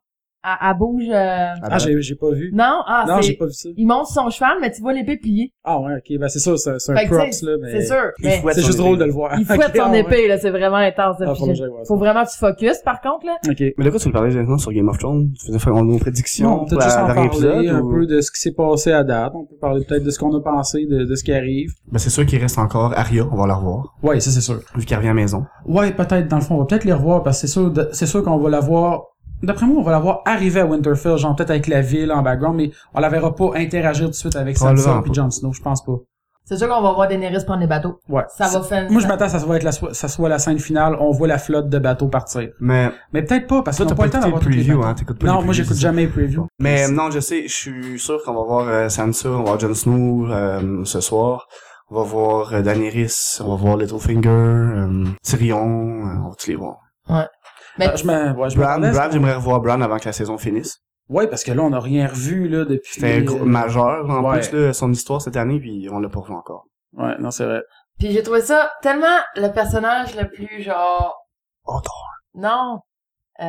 Elle, elle bouge... euh,
Ah,
ah, j'ai j'ai pas vu.
Non? Ah,
non, j'ai
c'est...
pas vu ça.
Il monte son cheval, mais tu vois l'épée pliée.
Ah ouais, ok, ben c'est ça, c'est c'est
Fait
un
que, tu
props
sais,
là, mais
C'est sûr,
Il
mais
fouette
c'est
son
juste
épée.
drôle de le voir.
il fouette
Ok,
son
ah ouais.
épée, là, c'est vraiment intense. là,
Ah,
puis
faut que
je-
j'aille voir ça.
Faut vraiment que tu focuses, par contre, là.
Ok.
Mais de quoi tu me parlais maintenant sur Game of Thrones? Tu faisais faire nos prédictions
Non,
pour
peut-être juste
la
en
dernier
parler
épisode?
un
ou-
peu de ce qui s'est passé à date. On peut parler peut-être de ce qu'on a pensé, de, de ce qui arrive.
Ben, c'est sûr qu'il reste encore Arya, on va la revoir,
Ouais, ça c'est sûr.
vu qu'elle revient à la maison.
Ouais, peut-être dans le fond, on va peut-être les revoir parce que c'est sûr, de- c'est sûr qu'on va la voir. D'après moi, on va la voir arriver à Winterfell, genre peut-être avec la ville en background, mais on la verra pas interagir tout de suite avec Sansa
Probablement
puis
pas.
Jon Snow, je pense pas.
C'est sûr qu'on va voir Daenerys prendre des bateaux.
Ouais.
Ça va faire...
Moi, je m'attends à ce que ça va être la so- ça soit la scène finale, on voit la flotte de bateaux partir.
Mais,
Mais peut-être pas parce
toi,
qu'on n'a
t'as pas
pas le temps
écouté le
d'avoir toutes les
preview,
bateaux.
hein? T'écoutes pas les
Non, moi
previews,
j'écoute
c'est-
jamais les previews.
Mais, non, je sais, je suis sûr qu'on va voir euh, Sansa, on va voir Jon Snow, euh, ce soir. On va voir euh, Daenerys, on va voir Littlefinger, euh, Tyrion, euh, on va tous les voir.
Mais-
Ah, je m'en- ouais, je
Bran,
m'attendais à ce
Bran,
qu'on-
j'aimerais revoir Bran avant que la saison finisse.
Ouais, parce que là, on n'a rien revu là depuis.
C'était un gros- majeur, en
ouais.
plus, là, son histoire cette année, puis on l'a pas revu encore.
Ouais, non, c'est vrai.
Puis j'ai trouvé ça tellement le personnage le plus, genre...
Oh,
Non. Euh,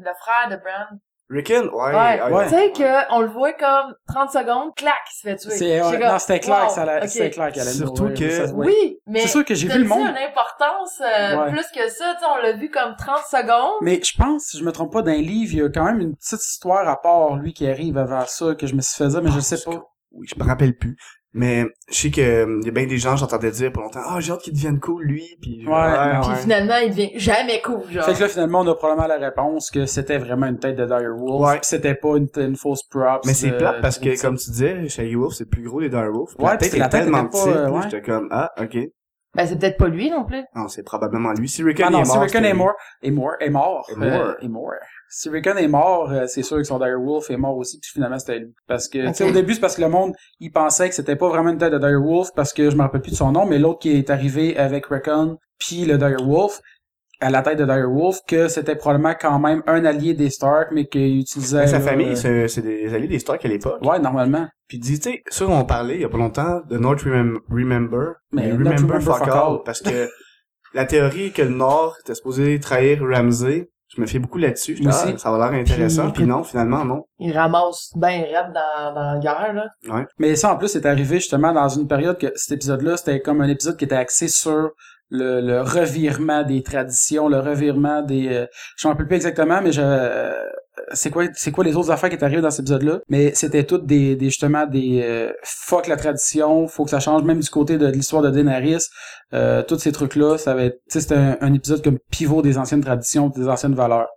le frère de Bran.
Rickon? Ouais,
Ouais.
ouais.
Tu sais que on le voit comme 30 secondes, clac, il se fait tuer.
C'est, ouais,
J'étais comme,
non, c'était clair
wow,
que ça allait,
ok.
c'était clair qu'elle allait
Surtout
mourir,
que-
ça se voyait.
Oui, mais
C'est sûr que j'ai
t'as
vu le
dit
monde.
une importance euh,
Ouais.
plus que ça, tu sais, on l'a vu comme 30 secondes.
Mais je pense, si je me trompe pas, dans le livre, il y a quand même une petite histoire à part lui qui arrive avant ça que je me suis fait dire, mais je sais pas.
Oui, je me rappelle plus. Mais je sais que il y a bien des gens, j'entendais dire pour longtemps, ah, j'ai hâte qu'il devienne cool, lui, puis
Ouais, non.
Puis
Ouais.
finalement, il devient jamais cool, Ah, genre.
Fait que là, finalement, on a probablement la réponse que c'était vraiment une tête de Direwolf,
Ouais.
pis c'était pas une, une fausse props.
Mais c'est
euh,
plate parce que,
de-
comme tu disais, Shaggy Wolf, c'est le plus gros des Direwolf.
Ouais,
la tête
puis
est
la tête
tellement
était pas,
petite,
euh,
là,
ouais.
j'étais comme, ah, ok.
Ben, c'est peut-être pas lui non plus.
Non, c'est probablement lui. Si Rickon
Ah
est
non,
mort,
si Rickon
c'était
est
lui.
mort, est mort, est mort,
Est
euh,
mort.
est mort. Si Rickon est mort, euh, c'est sûr que son Direwolf est mort aussi, puis finalement c'était lui. Parce que, tu sais,
Ok.
au début, c'est parce que le monde, il pensait que c'était pas vraiment une tête de Direwolf, parce que je me rappelle plus de son nom, mais l'autre qui est arrivé avec Rickon, puis le Direwolf, à la tête de Direwolf, que c'était probablement quand même un allié des Stark, mais qu'il utilisait...
Mais Sa
là,
famille,
euh,
c'est c'est des alliés des Stark à l'époque.
Ouais, normalement.
Puis dis, tu sais, ça, on parlait il y a pas longtemps de North Remem- Remember,
Mais
mais
North
Remember
Remember
fuck
fuck
all,
all.
parce que la théorie que le Nord était supposé trahir Ramsey, je me fais beaucoup là-dessus. Je
Moi
dis, ah,
aussi.
ça va l'air intéressant,
Puis-
puis non, finalement, non.
Il ramasse ben rap dans, dans la guerre, là.
Mais ça, en plus, c'est arrivé justement dans une période que cet épisode-là, c'était comme un épisode qui était axé sur le, le revirement des traditions, le revirement des... euh, je m'en rappelle plus exactement, mais je... euh, c'est quoi, c'est quoi les autres affaires qui étaient arrivées dans cet épisode-là? Mais c'était toutes des, des justement des euh, fuck la tradition, faut que ça change, même du côté de, de l'histoire de Daenerys, euh, tous ces trucs-là, ça va être, tu sais, c'était un, un épisode comme pivot des anciennes traditions, des anciennes valeurs.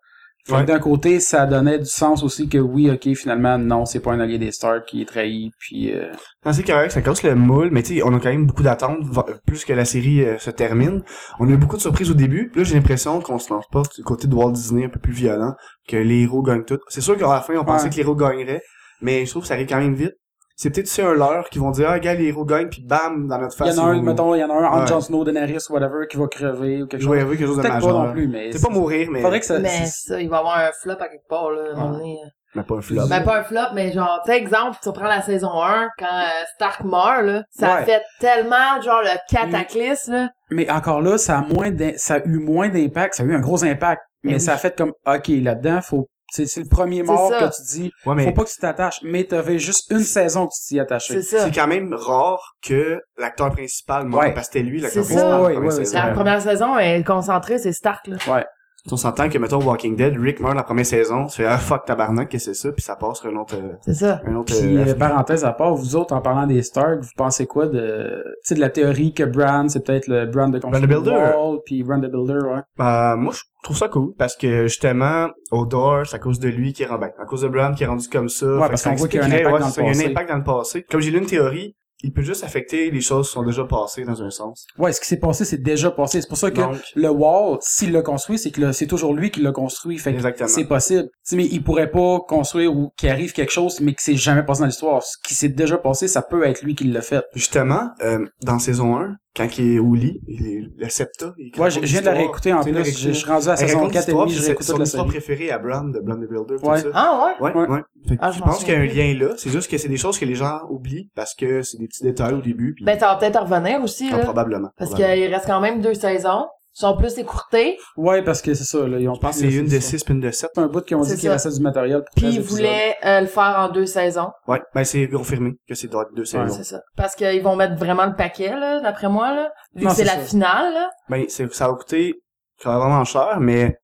Fait que
Ouais.
D'un côté, ça donnait du sens aussi que oui, ok, finalement, non, c'est pas un allié des Stark qui est trahi, puis euh,
Non, c'est correct, ça casse le moule, mais tu sais, on a quand même beaucoup d'attentes, va- plus que la série euh, se termine. On a eu beaucoup de surprises au début, puis là, j'ai l'impression qu'on se lance pas du côté de Walt Disney un peu plus violent, que les héros gagnent tout. C'est sûr qu'à la fin, on pensait
Ouais.
que les héros gagneraient, mais je trouve que ça arrive quand même vite. C'est peut-être, tu sais, un leurre qui vont dire, ah, gars, les héros gagnent, puis bam, dans notre
Il y
face.
en a un,
ils-
mettons, il y en a un, entre
Ouais.
Jon Snow, Daenerys, whatever, qui va crever ou quelque
Je vais
chose.
y avoir quelque chose de
Peut-être pas
majeur.
non plus, mais.
C'est pas mourir, mais.
Faudrait que ça.
Mais
c'est-
ça, il va avoir un flop à quelque part, là, à un moment donné.
Mais pas un flop.
Ben, pas un flop, mais genre, tu sais, exemple, tu prends la saison 1, quand euh, Stark meurt, là, ça a
Ouais.
fait tellement, genre, le cataclysme, là.
Mais encore là, ça a moins d'im- ça a eu moins d'impact, ça a eu un gros impact. Mais
oui.
ça a fait comme, OK, là-dedans, faut, c'est, c'est le premier mort
ça.
que tu dis.
Ouais,
Faut
mais
pas que tu t'attaches, mais t'avais juste une saison que tu t'y
C'est
attachais.
ça.
c'est quand même rare que l'acteur principal meure,
Ouais.
parce que c'était lui l'acteur
C'est ça.
principal.
Ouais,
dans
ouais,
la
ouais,
saison.
La
ouais.
première saison, elle est concentrée, c'est Stark, là.
On s'entend que, mettons, Walking Dead, Rick meurt la première saison, tu fais « Ah, fuck, tabarnak, qu'est-ce que c'est ça? » Puis ça passe sur un autre... euh,
C'est ça.
un autre
Puis,
euh,
euh, parenthèse à part, vous autres, en parlant des Stark, vous pensez quoi de, tu sais, de la théorie que Bran, c'est peut-être le Bran de
the Builder.
Wall, puis Bran the Builder, ouais.
Bah, moi, je trouve ça cool, parce que, justement, Odor, c'est à cause de lui qui est rendu... ben, À cause de Brown qui est rendu comme ça. Fait que
parce
ça
qu'on voit qu'il y a un
expliquerait-
impact
ouais,
dans
c'est
le
ça, il y a un
passé.
impact dans le passé. Comme j'ai lu une théorie, il peut juste affecter les choses qui sont déjà passées, dans un sens.
Ouais, ce qui s'est passé, c'est déjà passé. C'est pour ça que
Donc,
le wall, s'il l'a construit, c'est que le- c'est toujours lui qui l'a construit. Fait que
Exactement.
Ben, c'est possible. Tu sais, mais il pourrait pas construire ou qu'il arrive quelque chose, mais qui s'est jamais passé dans l'histoire. Ce qui s'est déjà passé, ça peut être lui qui l'a fait.
justement, euh, dans saison 1, quand il est au lit, il est, le septa... il
Ouais,
raconte
je, je viens de la
l'histoire.
réécouter en
Tu viens de la
plus. Je je
réécouter.
suis rendu à
Elle
saison
Ben,
4
raconte
et
l'histoire,
demi,
puis
je
c'est
réécoute
son
toute la
histoire
série.
préférée à Brown, de Brown the Builder, tout
Ouais.
ça.
Ah, ouais?
Ouais,
Ouais.
ouais. Fait que
Ah, je
je
m'en
pense qu'il y a un
souviens
lien là. C'est juste que c'est des choses que les gens oublient parce que c'est des petits détails au début. Puis...
Ben, ça va peut-être en revenir aussi,
Ah,
là.
probablement.
Parce
probablement.
qu'il reste quand même deux saisons. Ils sont plus écourtés.
Ouais, parce que c'est ça, là. Ils ont
Je pense que c'est une
des
des six puis une de sept.
un bout qui ont
C'est
dit qu'il
ça.
restait du matériel. pour
Puis
treize
ils
épisodes.
voulaient euh, le faire en deux saisons.
Ouais. Ben, c'est confirmé que c'est dans deux saisons.
C'est ça. Parce qu'ils vont mettre vraiment le paquet, là, d'après moi, là. Vu
Non,
que c'est
c'est
la
ça.
finale, là.
Ben, c'est, ça va coûter quand même vraiment cher, mais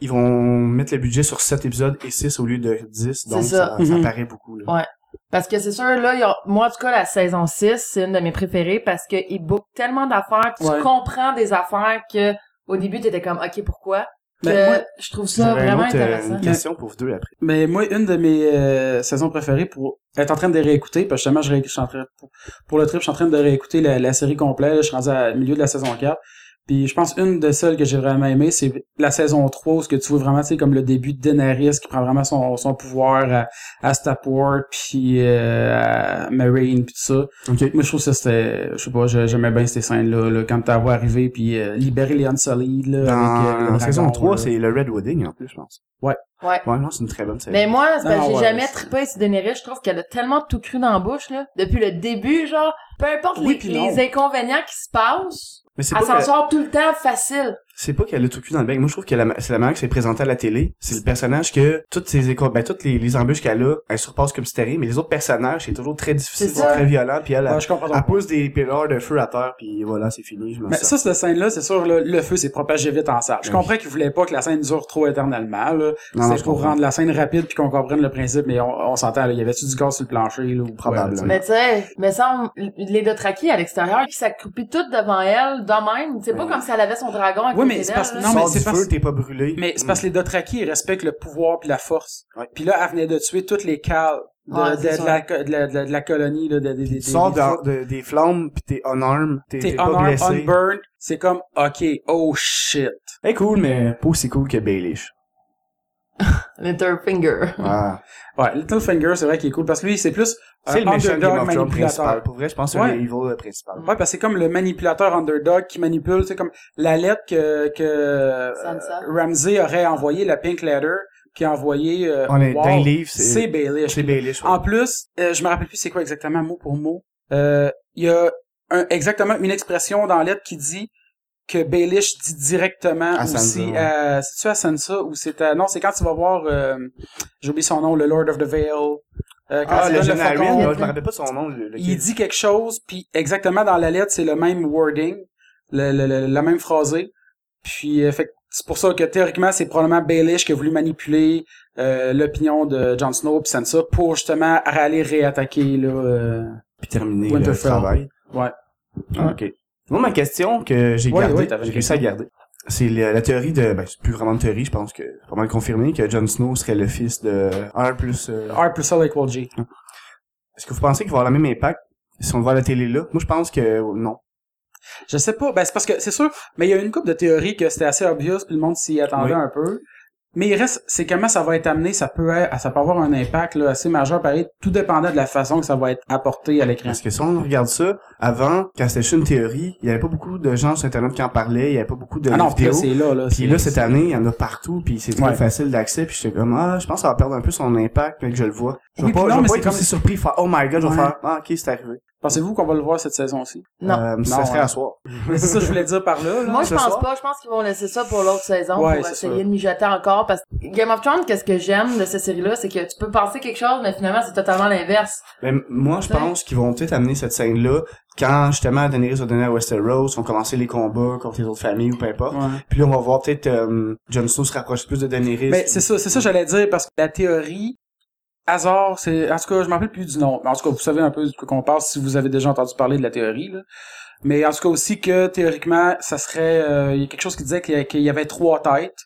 ils vont mettre le budget sur sept épisodes et six au lieu de dix. Donc,
C'est
ça,
ça.
ça
Mhm.
paraît beaucoup, là.
Ouais. Parce que c'est sûr, là, ils ont- moi, en tout cas, la saison 6, c'est une de mes préférées parce qu'ils bookent tellement d'affaires, puis
Ouais.
tu comprends des affaires que au début, t'étais comme, OK, pourquoi?
Ben,
Que
moi-
je trouve ça
J'aurais
vraiment
une autre, euh,
intéressant.
une question pour vous deux après.
Mais moi, une de mes euh, saisons préférées pour être en train de les réécouter, parce que justement, je, ré- je suis en train, pour, pour le trip, je suis en train de réécouter la, la série complète. là, je suis rendu au milieu de la saison 4. Puis je pense une de celles que j'ai vraiment aimé, c'est la saison 3, où ce que tu vois vraiment, tu sais, comme le début de Daenerys qui prend vraiment son, son pouvoir à, à Stapor, puis euh, à Marine, puis tout ça.
OK.
Moi, je trouve que ça, c'était, je sais pas, je- j'aimais bien ces scènes-là, là, quand t'as à voir arriver, puis euh, libérer les Unsullied, là,
Dans,
avec, euh, le
dans
dragon,
saison 3,
là.
c'est le Red Wedding, en plus, je pense.
Ouais.
Ouais, non, c'est une très bonne série.
Mais moi, c'est parce
Ah,
que j'ai
ouais,
jamais
c'est-
trippé sur Daenerys. Je trouve qu'elle a tellement tout cru dans la bouche, là. Depuis le début, genre, peu importe
Oui,
les,
puis non.
les inconvénients qui se passent,
Mais c'est
elle
pas
s'en
le-
sort tout le temps facile.
c'est pas qu'elle a tout cul dans le bec. Moi, je trouve que la, ma- c'est la manière que c'est présenté à la télé. C'est le personnage que toutes ses éco- ben, toutes les, les embûches qu'elle a, elle surpasse comme si c'était rien, mais les autres personnages, c'est toujours très difficile,
C'est ça.
très violent, puis elle,
Ouais,
elle,
je comprends ton
elle
point.
pousse des pillards de feu à terre, puis voilà, c'est fini, je m'en
Mais
sors.
ça, cette scène-là, c'est sûr, là, le feu s'est propagé vite en salle. Je
Oui.
comprends qu'ils voulaient pas que la scène dure trop éternellement. là.
Non, non,
C'est
je
pour
comprends.
rendre la scène rapide puis qu'on comprenne le principe, mais on, on s'entend, là, il y avait-tu du gaz sur le plancher, là, ou
Probablement.
Ouais,
Mais tu sais, mais semble les Dothraki à l'extérieur qui s'accroupit toutes devant elle, de même. C'est pas
Ouais.
comme si elle avait son dragon à
Oui, mais
côté
c'est
d'elle.
parce-
là.
non, mais
Sors
c'est
du
parce-
feu, t'es pas brûlé.
Mais c'est parce que les Dothraki, ils respectent le pouvoir puis la force.
Ouais.
Puis là, elle venait de tuer toutes les cales de,
Ouais,
de-
c'est
de
ça.
la, co- de, la, de la- de la colonie, là, de, de, de-
Tu
des-
sors
des-
dans- de- des flammes, pis t'es unarmed, t'es t'es
T'es
pas
unarmed,
blessé.
unburned, c'est comme, ok, oh shit.
Eh, cool, mais pas aussi cool que Baelish.
Littlefinger.
Ah.
Ouais, Littlefinger, c'est vrai qu'il est cool, parce que lui, c'est plus un
C'est le méchant Game
underdog
of Thrones
manipulateur.
principal. Pour vrai, je pense que
Ouais.
c'est le evil principal.
Ouais, parce que c'est comme le manipulateur underdog qui manipule, c'est comme la lettre que, que euh,
Sansa.
Ramsey aurait envoyé, la pink letter, qui a envoyé euh,
On est,
Wall,
dans les livres,
c'est
c'est,
Baelish.
c'est Baelish. ouais.
En plus, euh, je me rappelle plus c'est quoi exactement mot pour mot. Euh, Il y a un- exactement une expression dans l'être qui dit que Baelish dit directement
À Sansa,
aussi
ouais.
à c'est-tu à Sansa ou c'est à non c'est quand tu vas voir euh, j'oublie son nom le Lord of the Vale euh, quand
Ah,
il
le
donne
jeune Arryn,
flacon,
là, je me rappelle pas son nom. le- lequel.
il dit quelque chose puis exactement dans la lettre c'est le même wording le, le- le- la même phrasé puis euh, fait que c'est pour ça que théoriquement c'est probablement Baelish qui a voulu manipuler euh, l'opinion de Jon Snow puis Sansa pour justement aller réattaquer là euh,
puis terminer le
Winterfell.
travail.
Ouais.
Ah, ok. Moi, ma question que j'ai
Ouais,
gardée,
ouais, t'avais
j'ai
une
réussi à
question.
garder, c'est la, la théorie de, ben, c'est plus vraiment une théorie, je pense que c'est pas mal confirmé que Jon Snow serait le fils de R plus, euh,
R plus L equal G.
est-ce que vous pensez qu'il va avoir le même impact si on le voit à la télé là? Moi, je pense que euh, non.
Je sais pas, ben c'est parce que c'est sûr, mais il y a une couple de théories que c'était assez obvious, puis le monde s'y attendait
Oui.
un peu. Mais il reste, c'est comment ça va être amené, ça peut être, ça peut avoir un impact là, assez majeur, pareil, tout dépendant de la façon que ça va être apporté à l'écran.
Parce que si on regarde ça, avant, quand c'était juste une théorie, il y avait pas beaucoup de gens sur Internet qui en parlaient, il y avait pas beaucoup de
Ah non, puis là,
vidéos.
c'est là, là.
Puis
c'est-
là, cette année, il y en a partout, puis c'est trop
Ouais.
facile d'accès, puis j'étais comme, ah, je pense que ça va perdre un peu son impact, mais que je le vois. Je vais
Oui,
pas,
puis non,
je vais
mais
pas
c'est
être
comme-
aussi surpris, faire, oh my god, je vais
Ouais.
faire, ah, ok, c'est arrivé.
Pensez-vous qu'on va le voir cette saison-ci?
Non.
Euh, ça
Non,
serait
ouais.
à soir.
Mais c'est ça que je voulais dire par là. là.
Moi, je
ce
pense
soir?
pas. Je pense qu'ils vont laisser ça pour l'autre saison
Ouais,
pour
c'est
essayer
sûr.
de mijoter encore. Parce que Game of Thrones, qu'est-ce que j'aime de cette série-là, c'est que tu peux penser quelque chose, mais finalement, c'est totalement l'inverse.
Mais moi, je
Ouais.
pense qu'ils vont peut-être amener cette scène-là quand, justement, Daenerys va donner à Westeros, ils vont commencer les combats contre les autres familles ou peu importe.
Ouais.
Puis là, on va voir peut-être euh, Jon Snow se rapprocher plus de Daenerys.
Mais c'est ça, c'est ça que j'allais dire, parce que la théorie, hasard, c'est, en tout cas, je m'en rappelle plus du nom. En tout cas, vous savez un peu de quoi qu'on parle si vous avez déjà entendu parler de la théorie, là. Mais en tout cas aussi que, théoriquement, ça serait, euh, il y a quelque chose qui disait qu'il y a- qu'il y avait trois têtes.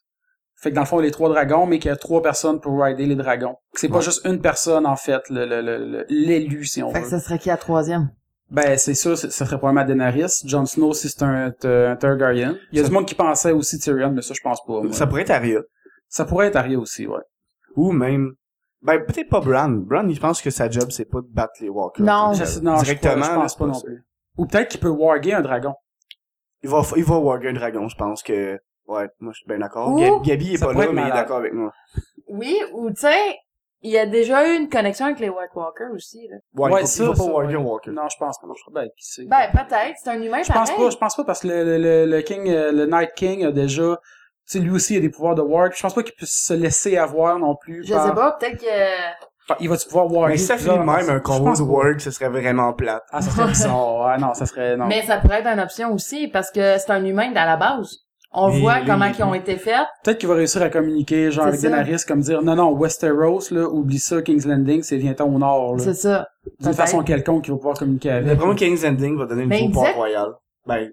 Fait que dans le fond, les trois dragons, mais qu'il y a trois personnes pour rider les dragons. Que C'est pas
Ouais.
juste une personne, en fait, le- le- le- le- l'élu, si on veut.
serait qui à troisième?
Ben, c'est sûr, c'est- ça serait probablement Daenerys. Jon Snow, si c'est un, un Targaryen. Il y a
Ça-
du monde qui pensait aussi Tyrion, mais ça, je pense pas. moi.
Ça
Ça,
pourrait être Arya.
pourrait être Arya aussi, ouais.
Ou même, ben, peut-être pas Bran. Bran, il pense que sa job, c'est pas de battre les Walkers.
Non.
Comme
Je
ça.
sais- non, je
Directement,
crois- je
là,
pense
c'est
pas
pas
non
ça.
plus. Ou peut-être qu'il peut warguer un dragon.
Il va, il va warguer un dragon, je pense que, ouais, moi, je suis bien d'accord.
Ouh!
Gab- Gabi est
Ça
pas
pourrait
là,
être
mais il est
malade.
d'accord avec moi.
Oui, ou tu sais, il y a déjà eu une connexion avec les White Walkers aussi, là.
Ouais, il va-
ça,
il va
ça,
pas warguer
ouais.
un Walker.
Non, je pense pas. Je- Ben, qui sait.
Ben, peut-être. C'est un humain,
je pense
pareil.
pas, je pense pas parce que le, le- le, le King, euh, le Night King a déjà, tu sais, lui aussi il a des pouvoirs de warg. Je pense pas qu'il puisse se laisser avoir non plus.
Je
par-
sais pas, peut-être que...
par- il va-tu pouvoir warguer?
Mais si ça finit
plusieurs-
de même un
Je
combo
pense
de
pas.
Warg, ce serait vraiment plate.
Ah, ça serait bizarre. Ah, non, ça serait, non.
Mais ça pourrait être une option aussi, parce que c'est un humain à la base. On
Mais
voit
lui-
comment ils ont été faits.
Peut-être qu'il va réussir à communiquer, genre,
C'est
avec
ça.
Daenerys, comme dire, non, non, Westeros, là, oublie ça, King's Landing, c'est viens-t'en au nord, là.
C'est ça.
D'une
peut-être.
façon quelconque, il va pouvoir communiquer avec.
D'après moi, King's Landing va donner le
Mais
nouveau
exact.
port royal. Ben,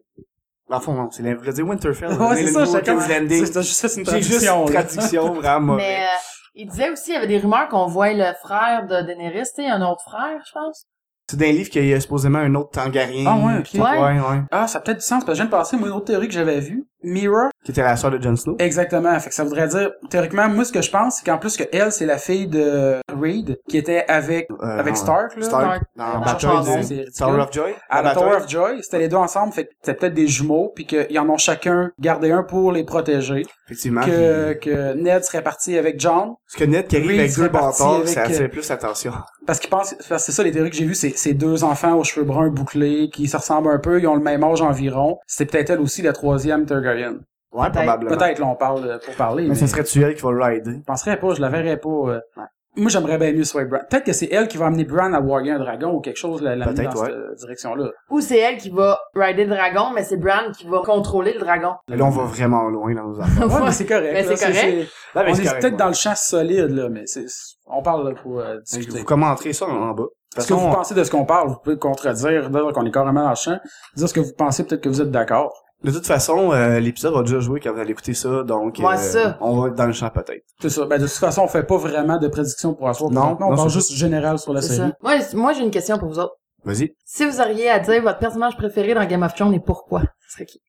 dans le fond, non, c'est la- je voulais dire Winterfell. va
Ouais,
donner
c'est
le
ça,
nouveau
chacun.
King's Landing.
C'est juste fait une
J'ai juste
traduction,
une
là.
traduction vraiment
Mais
mauvaise.
euh, il disait aussi, il y avait des rumeurs qu'on voit le frère de Daenerys, tu sais, un autre frère, je pense.
C'est dans le livre qu'il y a supposément un autre Tangarien.
Ah ouais, ok.
Qui- Ouais, ouais.
Ah, ça a peut-être du sens, parce que je viens de penser, moi, une autre théorie que j'avais vue, Mira,
Qui était la sœur de Jon Snow.
Exactement. Fait que ça voudrait dire, théoriquement, moi, ce que je pense, c'est qu'en plus que elle, c'est la fille de Reed, qui était avec,
Euh,
avec
non,
Stark, là.
Stark.
Dans
Dans
la chanson,
Bataille
c'est
de...
ridicule.
Tower of Joy.
À
Dans
la Tower
Bataille.
of Joy, c'était les deux ensemble, fait que c'était peut-être des jumeaux, puis qu'ils en ont chacun gardé un pour les protéger.
Effectivement.
Que,
puis-
que Ned serait parti avec John,
Ce que Ned qui arrive
Reed
avec
serait
deux
parti
bâtards, ça
avec, euh,
attire plus l'attention.
parce qu'ils pensent, parce que c'est ça les théories que j'ai vues, c'est ces deux enfants aux cheveux bruns bouclés, qui se ressemblent un peu, ils ont le même âge environ. C'était peut-être elle aussi la troisième Targaryen.
Ouais,
Peut-être.
probablement.
Peut-être, là, on parle euh, pour parler.
Mais
mais
ça serait-tu elle qui va rider?
Je penserais pas, je la verrais pas. euh.
Ouais.
Moi, j'aimerais bien mieux soit Bran. Peut-être que c'est elle qui va amener Bran à Warrior Dragon ou quelque chose, la, la mener
Peut-être,
dans
ouais.
cette euh, direction-là.
Ou c'est elle qui va rider le dragon, mais c'est Bran qui va contrôler le dragon.
Mais Là, on
Euh,
va Ah, vraiment loin dans nos affaires.
Ouais, mais c'est correct.
Mais
là,
c'est correct.
Là,
On est peut-être dans le champ solide, là, mais c'est, on parle là, pour euh, discuter.
Vous commenterez ça en, en bas.
Ce que vous pensez de ce qu'on parle, vous pouvez contredire, dire qu'on est carrément dans le champ, dire ce que vous pensez, peut-être que vous êtes d'accord.
De toute façon, euh, l'épisode va déjà jouer quand vous allez écouter ça, donc
Ouais,
euh,
ça.
on va être dans le champ peut-être.
C'est ça. Ben, de toute façon, on fait pas vraiment de prédiction pour asseoir.
Non,
on
non,
parle
c'est
juste général sur la
C'est
série.
ça. Moi, c- moi j'ai une question pour vous autres.
Vas-y.
Si vous auriez à dire votre personnage préféré dans Game of Thrones et pourquoi, ce serait qui?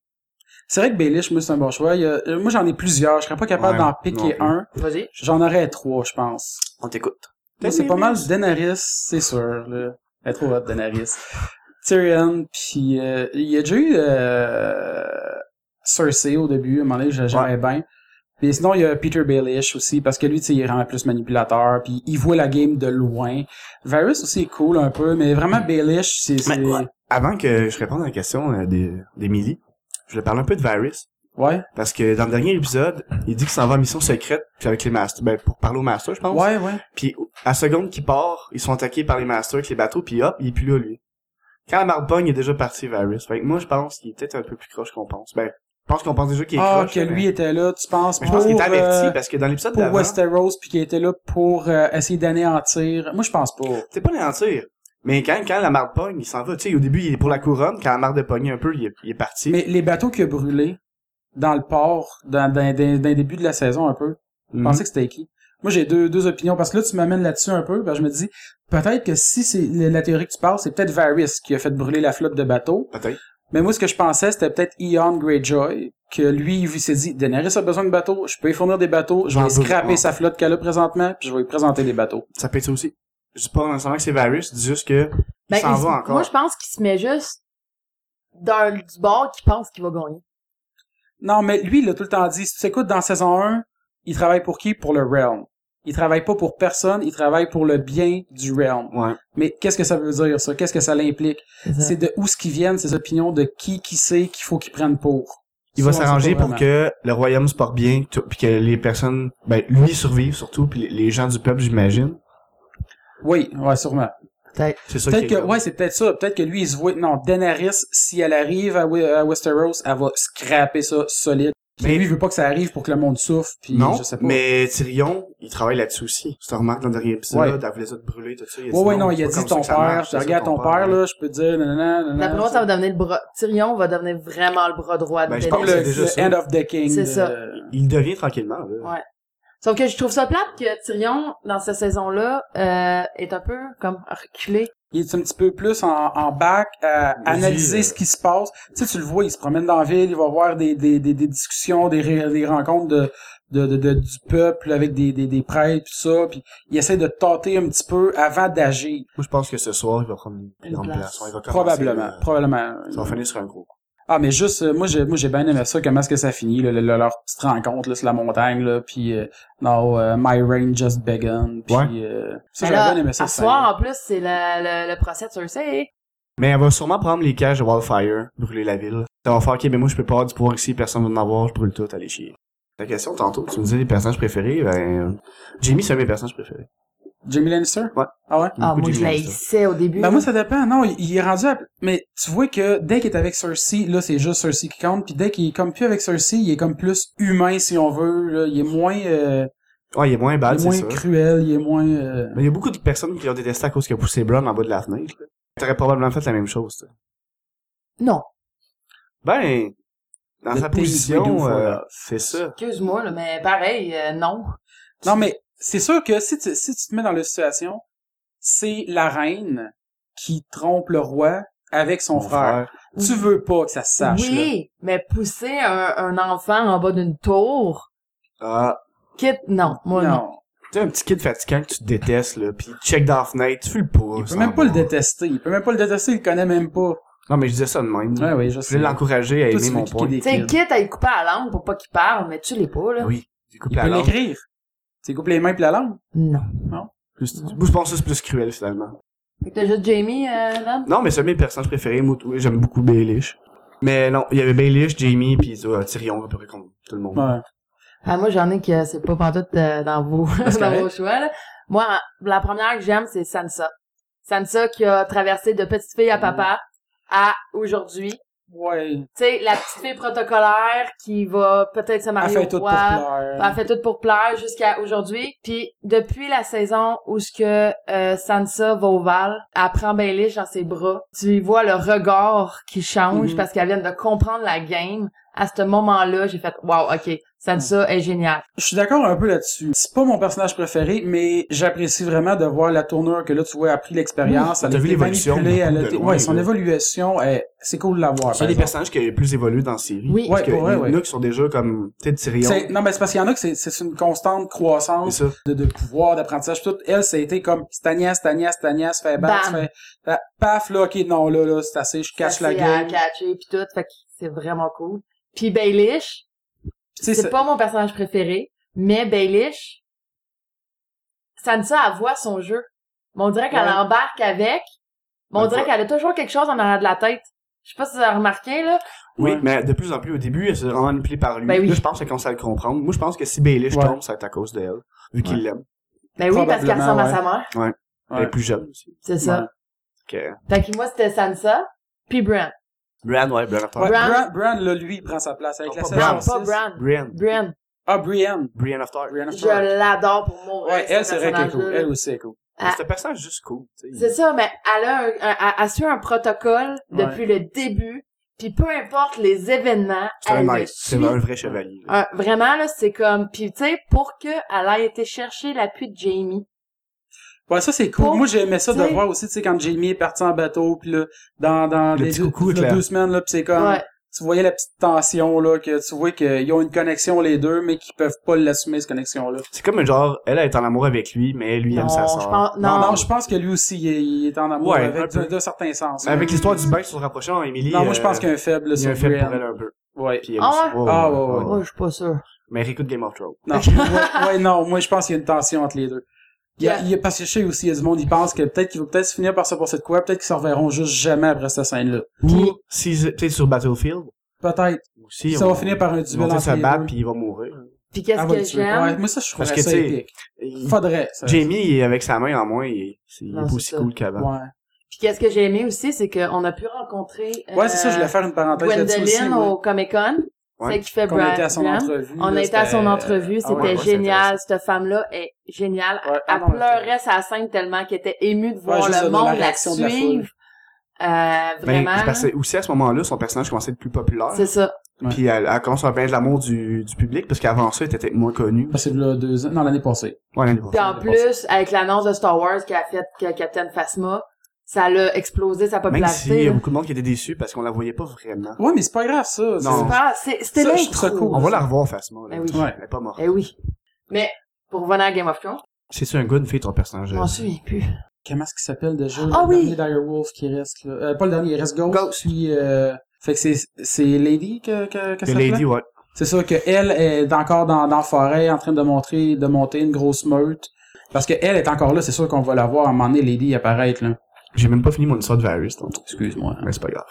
C'est vrai que Baelish, moi, c'est un bon choix. Il y a- euh, moi, j'en ai plusieurs. Je serais pas capable
Ouais,
d'en
non
piquer
plus.
un.
Vas-y.
J'en aurais trois, je pense.
On t'écoute.
Moi, c'est pas mal Daenerys, c'est sûr. Là. Elle est trop hot, Daenerys. Tyrion, puis euh, il y a déjà eu euh, Cersei au début, à un moment donné, j'a- j'aimais
Ouais.
bien. Puis sinon, il y a Peter Baelish aussi, parce que lui, tu sais, il est vraiment plus manipulateur, puis il voit la game de loin. Varys aussi est cool un peu, mais vraiment Baelish, c'est... c'est-
Mais ouais. Avant que je réponde à la question euh, des- d'Emily, je vais parler un peu de Varys.
Ouais,
Parce que dans le dernier épisode, il dit qu'il s'en va en mission secrète, puis avec les masters, ben, pour parler aux masters, je pense.
ouais, ouais.
Puis à la seconde qu'il part, ils sont attaqués par les masters avec les bateaux, puis hop, il est plus là, lui. Quand la marde pogne, il est déjà parti, Varys. Fait que moi, je pense qu'il est peut-être un peu plus croche qu'on pense. Ben, je pense qu'on pense déjà qu'il est
Ah,
croche.
que
mais-
lui était là, tu penses,
Mais je pense qu'il est
pour,
averti,
euh,
parce que dans l'épisode
pour
d'avant,
Westeros, puis qu'il était là pour euh, essayer d'anéantir... Moi, je pense pas.
c'est pas néantir. Mais quand, quand la marde pogne, il s'en va. Tu sais, au début, il est pour la couronne. Quand la marde est pognée un peu, il est, il est parti.
Mais les bateaux qui a brûlé dans le port, dans, dans, dans- dans le début de la saison un peu,
Mhm.
pensez que c'était qui? Moi, j'ai deux, deux opinions, parce que là, tu m'amènes là-dessus un peu, ben, je me dis, peut-être que si c'est la la théorie que tu parles, c'est peut-être Varys qui a fait brûler la flotte de bateaux,
Peut-être.
mais moi, ce que je pensais, c'était peut-être Ion Greyjoy, que lui, il s'est dit, Daenerys a besoin de bateaux, je peux lui fournir des bateaux, je
J'en
vais
veux
scraper
vraiment.
sa flotte qu'elle a présentement, puis je vais lui présenter des bateaux.
Ça peut être ça aussi. Je dis pas nécessairement que c'est Varys, je dis juste que il s'en
Ben, il-
va encore.
Moi, je pense qu'il se met juste dans du bord qui pense qu'il va gagner.
Non, mais lui, il a tout le temps dit, si tu écoutes dans saison 1, il travaille pour qui? Pour le Realm. Il travaille pas pour personne, il travaille pour le bien du Realm.
Ouais.
Mais qu'est-ce que ça veut dire, ça? Qu'est-ce que ça l'implique? C'est de où ce qu'ils viennent, ces opinions de qui qui sait qu'il faut qu'ils prennent pour.
Il va
Ça, on sait
s'arranger
pas
pour
vraiment.
que le royaume se porte bien, que tout- puis que les personnes, ben, lui survive surtout, puis les- les gens du peuple, j'imagine.
Oui, ouais, sûrement.
C'est ça
Peut-être
qui est
que,
là.
ouais, c'est peut-être ça. Peut-être que lui, il se voit, non, Daenerys, si elle arrive à, We- à Westeros, elle va scraper ça solide. Puis
Mais-
lui, il veut pas que ça arrive pour que le monde souffre, puis
non,
je sais pas.
mais Tyrion, il travaille là-dessus aussi. Tu te remarques dans le dernier épisode,
Ouais.
elle voulait ça te brûler, tout ça. il a dit
Ouais, ouais, non, il a
c'est pas
dit
comme
ton
ça que ça
père,
marche,
je
c'est
regarde
ça,
ton père, là, je peux te dire, nanana, nanana.
D'après moi, ça va devenir le bras. Tyrion va devenir vraiment le bras droit de
Ben, je
Daenerys.
pense
le,
C'est déjà
le
ça.
End of the King. euh,
C'est
de-
ça.
Il devient tranquillement, là.
Ouais. Sauf que je trouve ça plate que Tyrion, dans cette saison-là, euh, est un peu comme reculé.
Il est un petit peu plus en, en bac à
Vas-y,
analyser
euh.
ce qui se passe. Tu sais, tu le vois, il se promène dans la ville, il va voir des, des, des, des discussions, des, ré- des rencontres de, de, de- de- du peuple avec des, des, des prêtres, tout ça. Puis il essaie de tâter un petit peu avant d'agir.
Moi, je pense que ce soir, il va prendre une
Une
grande
place.
place. Ouais, il va commencer,
Probablement,
euh,
probablement.
Ça va finir sur un gros.
Ah, mais juste, euh, moi, j'ai, moi, j'ai bien aimé ça, comment est-ce que ça finit, là, le- le- leur petite rencontre, là, sur la montagne, là, puis, euh, non, euh, my reign just begun, puis,
Ouais.
euh, ça,
Mais
j'ai
là,
bien aimé ça.
à
cette
soir, en plus, c'est la- le, le procès de Cersei.
Mais elle va sûrement prendre les cages de Wildfire, brûler la ville. Ça va faire, ok, mais moi, je peux pas avoir du pouvoir ici, personne va m'en avoir, je brûle tout, allez chier. Ta question, tantôt, tu me disais les personnages préférés, ben, Jamie, c'est un de mes personnages préférés.
scène-là. Jamie Lannister?
Ouais.
Ah ouais?
Ah,
Beaucoup
moi, je
de Jamie
la
Lannister.
haïssais au début.
Ben moi ça dépend, non, il- il est rendu à... Mais tu vois que dès qu'il est avec Cersei, là c'est juste Cersei qui compte, puis dès qu'il est comme plus avec Cersei, il est comme plus humain si on veut, là. il est moins, euh,
Ouais, il est moins
il
bad,
est
Ah, c'est
moins
ça.
cruel, il est moins... euh,
Mais il y a beaucoup de personnes qui l'ont détesté à cause qu'il a poussé Bron en bas de la fenêtre. là. T'aurais probablement fait la même chose, tu sais.
Non,
Ben, dans
The
sa
things we do
position,
for
euh,
love.
c'est ça.
excuse-moi, là, mais pareil, euh, non.
Non mais c'est sûr que si tu, si tu te mets dans la situation, c'est la reine qui trompe le roi avec son
Mon
frère. Tu veux pas que ça se sache, là.
oui, mais pousser un, un enfant en bas d'une tour,
Ah,
quitte, non, moi, non.
Non,
tu sais, un petit kid fatigant que tu détestes, là, pis il check dans la fenêtre, tu le
il
pousses.
peut même
en
pas le
bas.
détester, il peut même pas le détester, il le connaît même pas.
Non, mais je disais ça de même.
Ouais, oui, je
Mm. Je
sais.
voulais l'encourager à
Toi,
aimer
tu veux
mon
kicker
point.
des
Tu sais,
kids.
quitte à y couper à la langue pour pas qu'il parle, mais tu l'es pas, là.
Oui, il coupe
Il
la
peut
langue.
l'écrire. Tu coupes les mains pis la langue.
Non.
Plus- Moi, je pense que c'est plus cruel, finalement.
Fait que t'as juste Jamie, euh, là?
Non, mais c'est un de mes personnages préférés. Moi, oui, j'aime beaucoup Baelish. Mais non, il y avait Baelish, Jamie, puis euh, Tyrion, à peu près comme tout le monde.
Ouais.
Ah, moi, j'en ai que c'est pas pantoute euh, dans vos, dans vos choix, là. Moi, la première que j'aime, c'est Sansa. Sansa qui a traversé de petite
Ah.
fille à papa à aujourd'hui.
Ouais.
Tu sais, la petite fille protocolaire qui va peut-être se
Elle
marier
fait
au
tout pour
roi. Ben, Elle
plaire.
fait tout pour plaire jusqu'à aujourd'hui. Puis depuis la saison où ce que euh, Sansa va au Val, elle prend Baelish dans ses bras. Tu y vois le regard qui change
Mhm.
parce qu'elle vient de comprendre la game. À ce moment-là, j'ai fait wow, ok, Sansa est géniale.
Je suis d'accord un peu là-dessus. C'est pas mon personnage préféré, mais j'apprécie vraiment de voir la tournure que là, tu vois, elle a pris l'expérience.
T'as
Elle a
vu
été
l'évolution
manipulée, elle a
de
été-
loin,
Ouais, son
là.
évolution, elle- c'est cool de la voir.
C'est un
par
des
exemple.
personnages qui a le plus évolué dans la série.
Oui.
Parce
Ouais,
que
pour vrai,
il y en a
ouais.
qui sont déjà comme, tu sais, Tyrion.
C'est- Non, mais c'est parce qu'il y en a que c'est- c'est une constante
C'est
croissance
ça.
de, de pouvoir, d'apprentissage. Tout, elle, ça a été comme stagna, stagna, stagna, se fait battre, se
Bam.
fait, fait- paf, là, ok, non, là, là, c'est assez, je cache la
Sansa, elle a
gueule. Puis,
catché puis tout, fait que c'est vraiment cool. Puis Baelish,
tu sais,
c'est
c'est-
pas mon personnage préféré, mais Baelish, Sansa, elle voit son jeu. Mais on dirait qu'elle
Ouais.
embarque avec, mais on
Elle
dirait
voit.
qu'elle a toujours quelque chose en arrière de la tête. Je sais pas si vous avez remarqué, là.
Oui,
Ouais.
mais de plus en plus, au début, elle s'est vraiment manipulée par lui.
Ben oui.
Là, je pense qu'elle commence à le comprendre. Moi, je pense que si Baelish
Ouais.
tombe, ça va être à cause d'elle. Vu qu'il l'aime.
Ben oui, parce qu'elle ressemble
Probablement,
à sa mère.
Elle
Ouais.
est plus jeune aussi.
C'est ça.
Que...
Fait que moi, c'était Sansa, puis Bran.
Bran, ouais, Bran. attends.
Ouais,
Bran-
Bran, Bran, là, lui, il prend sa place avec
Non,
la
pas
saison
Non,
Bran.
six.
pas Bran.
Brian.
Bran.
Ah, Brienne.
Brian of Tarth.
Brienne of
Je
Tarth.
l'adore pour mourir.
Ouais, elle,
ce
c'est vrai qu'elle est cool.
personnage-là.
Elle aussi, elle est cool.
Mais
Ah.
C'est un personnage juste cool. tu sais.
C'est ça, mais elle a, un, un- elle- elle suit un protocole
Ouais.
depuis le début, puis peu importe les événements,
C'est un
elle le
knight.
suit.
C'est un vrai chevalier. là.
Un- Ah, vraiment, là, c'est comme... Puis, tu sais, pour que elle ait été chercher l'appui de Jamie.
Ouais, ça c'est cool.
Pour-
Moi j'aimais ça de
t'sais-
voir aussi, tu sais, quand Jamie est parti en bateau, puis là, dans, dans
Le
les
petit
deux,
coucou,
le
Claire.
deux semaines, là, pis c'est comme,
Ouais.
tu voyais la petite tension, là, que tu vois qu'ils ont une connexion les deux, mais qu'ils peuvent pas l'assumer, cette connexion-là.
C'est comme un genre, elle, elle est en amour avec lui, mais lui, il aime sa
Non, je
sœur.
pense... Non,
Non, non, je pense que lui aussi, il est, il est en amour
Ouais, un
avec
peu.
d'un d'un certain sens.
Mais avec l'histoire du bain, ils se sont rapprochés en Emily.
non, moi je
euh,
pense qu'il y a un faible, là,
il y a
sur
un fait pour
Brienne.
elle un peu.
Ouais.
Puis elle
Ah
aussi. Oh,
ouais?
Ah ouais, ouais,
Ouais, je suis pas sûre.
Mais réécoute Game of Thrones.
Non, ouais, ouais, non, moi je pense qu'il y a une tension entre les deux. Il y a,
Yeah.
il y a- parce que je sais aussi, il y a du monde, ils pensent que peut-être qu'ils vont peut-être se finir par se passer de quoi, peut-être qu'ils se reverront juste jamais après cette scène-là.
Ou, si, peut-être sur Battlefield,
Peut-être.
aussi.
Ça
on-
va finir par un
Ils
duel
vont
entre
se
les
battre,
deux.
puis il va mourir.
Puis qu'est-ce
Ah ouais,
que
tu veux-
j'aime?
ouais, moi ça je trouve
Parce
ça
que, tu sais,
épique. Faudrait. Ça,
Jamie, avec sa main en moins, il, il est
Non,
pas
c'est
aussi
ça.
cool qu'avant.
Ouais.
Puis qu'est-ce que j'ai aimé aussi, c'est qu'on a pu rencontrer...
Ouais, c'est ça, je
euh,
voulais faire une parenthèse là-dessus aussi.
Gwendoline
ouais.
au Comic-Con,
Ouais.
celle qui fait
Qu'on
Brad
était à son
Bran.
entrevue.
On
là,
a été à son
c'était-
entrevue,
Ah ouais,
c'était
ouais,
c'est
génial. Cette femme-là est géniale.
Ouais, ah
elle
non,
pleurait sa scène tellement qu'elle était émue de voir
juste ça,
le
de la
monde la
réaction de la foule.
suivre. Euh,
Ben,
vraiment,
c'est parce que aussi à ce moment-là, son personnage commençait à être plus populaire.
c'est ça.
Puis elle, elle commence à perdre l'amour du, du public, parce qu'avant ça, elle était moins connue.
Ah, C'est là deux ans. Non, l'année passée.
Ouais, l'année
Puis en
passée.
plus, avec l'annonce de Star Wars qu'elle a faite que Captain Phasma, ça l'a explosé sa
Même euh, s'il
popularité.
y a
là.
beaucoup de monde qui était déçu parce qu'on la voyait pas vraiment.
Ouais, mais c'est pas grave ça.
Non.
C'est-
Super, Ah, c'est- c'était
Ça, je trouve ça
l'intro.
On va la revoir, Fasma. là.
Ben oui.
Ouais.
Elle est pas morte.
Eh oui. Mais pour revenir à Game of Thrones,
C'est-tu un gars, une fille, euh, ton personnage?
je m'en souviens plus.
Comment est-ce qu'il s'appelle déjà?
Ah
le
oui!
dernier Direwolf qui reste là. Euh, pas le dernier, il reste Ghost.
Ghost.
Puis, euh, fait que c'est, c'est Lady que, que, que
C'est
ça
Lady, ouais.
C'est sûr que elle est encore dans, dans la forêt en train de montrer, de monter une grosse meute. Parce que elle est encore là, c'est sûr qu'on va la voir à un moment donné, Lady apparaître, là.
J'ai même pas fini mon histoire de Varys, donc.
Excuse-moi.
Mais c'est pas grave.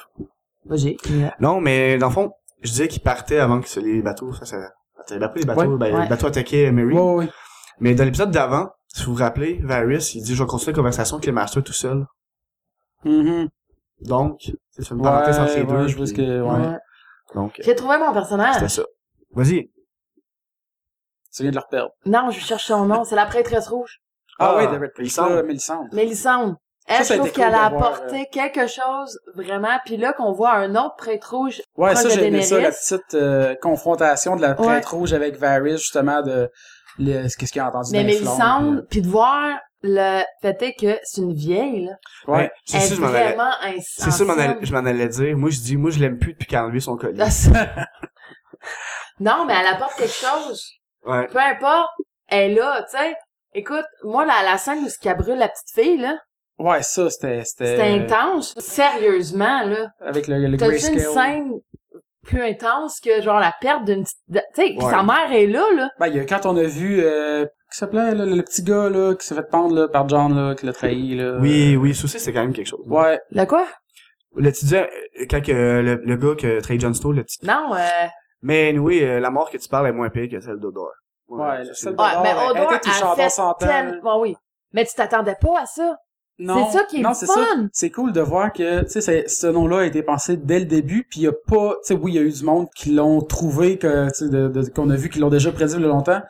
Moi, j'ai. euh,
Non, mais dans le fond, je disais qu'il partait avant que les bateaux, ça, ça... Attends, Après les bateaux,
Ouais.
ben,
Ouais.
les bateaux attaquaient Mary.
Ouais, ouais, ouais.
Mais dans l'épisode d'avant, si vous vous rappelez, Varys, il dit, je vais continuer la conversation avec les masters tout seul.
Mhm.
Donc, c'est une
Ouais,
parenthèse entre les
ouais,
deux.
je vois ce
puis-
que- ouais.
Donc, euh,
J'ai trouvé mon personnage.
c'était ça. Vas-y.
Tu viens de la reperdre.
Non, je cherche son nom. C'est la prêtresse rouge.
Ah,
Ah,
ouais, David
Melisandre.
Prisa, Melisandre.
Mélissande. Elle,
Ça, ça a
je trouve
été cool
qu'elle a
euh,
d'avoir,
apporté quelque chose vraiment. Puis là, qu'on voit un autre prêtre rouge.
Ouais,
Proche
ça,
de
j'aimais ça, la
Daenerys.
petite euh, confrontation de la prêtre rouge avec Varys, justement, de le, ce qu'est-ce qu'il a entendu
Mais
dans les flammes,
euh,
Mélissande, puis de voir le fait est que c'est une vieille, là.
puis, euh, Ouais.
Ben, c'est
Elle est
ça, je m'en allais.
vraiment ins-
C'est ça, je m'en allais-
ancienne.
je m'en allais dire. Moi, je dis, moi, je l'aime plus depuis qu'elle a enlevé son collier.
Non, mais elle apporte quelque chose.
Ouais.
Peu importe. Elle est là, tu sais. Écoute, moi, la, la scène où ce qu'elle brûle la petite fille, là,
Ouais, ça, c'était... C'était
c'était intense. Sérieusement, là.
Avec Euh. le, le
T'as-tu
grayscale.
une scène plus intense que, genre, la perte d'une petite... Tu sais, puis
Ouais.
sa mère est là, là.
Ben, il y a, quand on a vu... Euh, qui s'appelait, là, le, le petit gars, là, qui s'est fait pendre, là, par John, là, qui l'a trahi, là.
Oui, oui, ça aussi, c'est quand même quelque chose.
Ouais.
Le quoi?
L'étudiant, euh, quand que, euh, le, le gars que Trey John Snow, le petit.
Non, euh,
Mais oui, la mort que tu parles est moins pire que celle d'Odor.
Ah, Ouais,
ça,
celle
c'est-
d'Odor.
ouais, mais
elle
Odor,
était touchante, on
elle fait
s'entend.
tellement- Bon, oui. Mais tu t'attendais pas à ça.
Non.
C'est ça qui est
non,
le
c'est
fun.
ça. C'est cool de voir que, tu sais, c'est- ce nom-là a été pensé dès le début, puis il y a pas, tu sais, oui, il y a eu du monde qui l'ont trouvé, que, tu sais, de- de- qu'on a vu, qui l'ont déjà prédit il y a longtemps.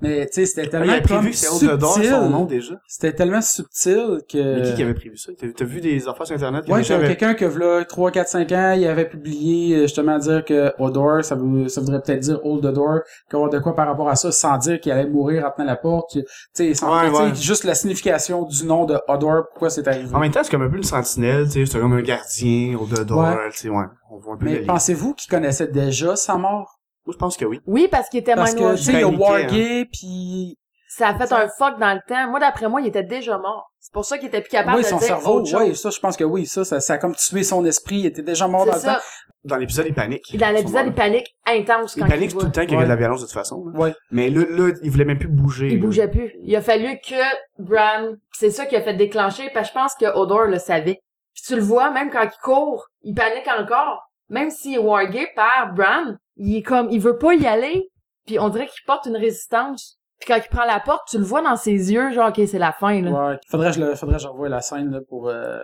Mais, tu sais, c'était
Ah, Il
tellement
avait prévu
comme
que c'est Odor son nom
subtil.
déjà.
C'était tellement subtil que...
Mais qui qui avait prévu ça? T'as t'as vu des affaires sur Internet? Il y en
Euh. Ouais,
a qui
j'avais
avaient-
quelqu'un que, v'là 3, 4, 5 ans, il avait publié, euh, justement, à dire que Odor, ça, vou- ça voudrait peut-être dire Old Odor, qu'il y aurait de quoi par rapport à ça, sans dire qu'il allait mourir en tenant la porte. Tu sais, sans-
Ouais,
tu sais,
ouais. Ah,
juste la signification du nom de Odor, pourquoi c'est arrivé.
euh, En même temps, c'est comme un peu une sentinelle, tu sais, c'est comme un gardien au dedans,
Ouais.
tu sais, ouais. On voit un peu le
Mais
lien.
pensez-vous qu'ils connaissaient déjà sa mort?
Moi, je pense que oui.
Oui, parce qu'il était
Parce que, tu
Mindwatch.
sais, il a
Paniqué,
wargué, puis...
Ça a fait un fuck dans le temps. Moi, d'après moi, il était déjà mort. C'est pour ça qu'il était plus capable
Oui,
de
son
dire
cerveau,
autre chose.
oui, ça, je pense que oui, ça, ça, ça a comme tué son esprit, il était déjà mort dans
C'est
le temps.
ça.
Dans l'épisode, il panique.
Dans l'épisode, il panique intense
Il
quand
panique
il
tout
voit.
le temps qu'il y a
Ouais.
de la violence, de toute façon. là.
Ouais.
Mais là, là, il voulait même plus bouger.
Il
là.
bougeait plus. Il a fallu que Bran, c'est ça qui a fait déclencher, parce que je pense que Odor le savait. Puis tu le vois, même quand il court, il panique encore. Même s'il est wargué par Bran, il est comme, il veut pas y aller. Puis on dirait qu'il porte une résistance. Puis quand il prend la porte, tu le vois dans ses yeux, genre, OK, c'est la fin, là.
Ouais, faudrait que je le, faudrait que je revoie la scène, là, pour, euh,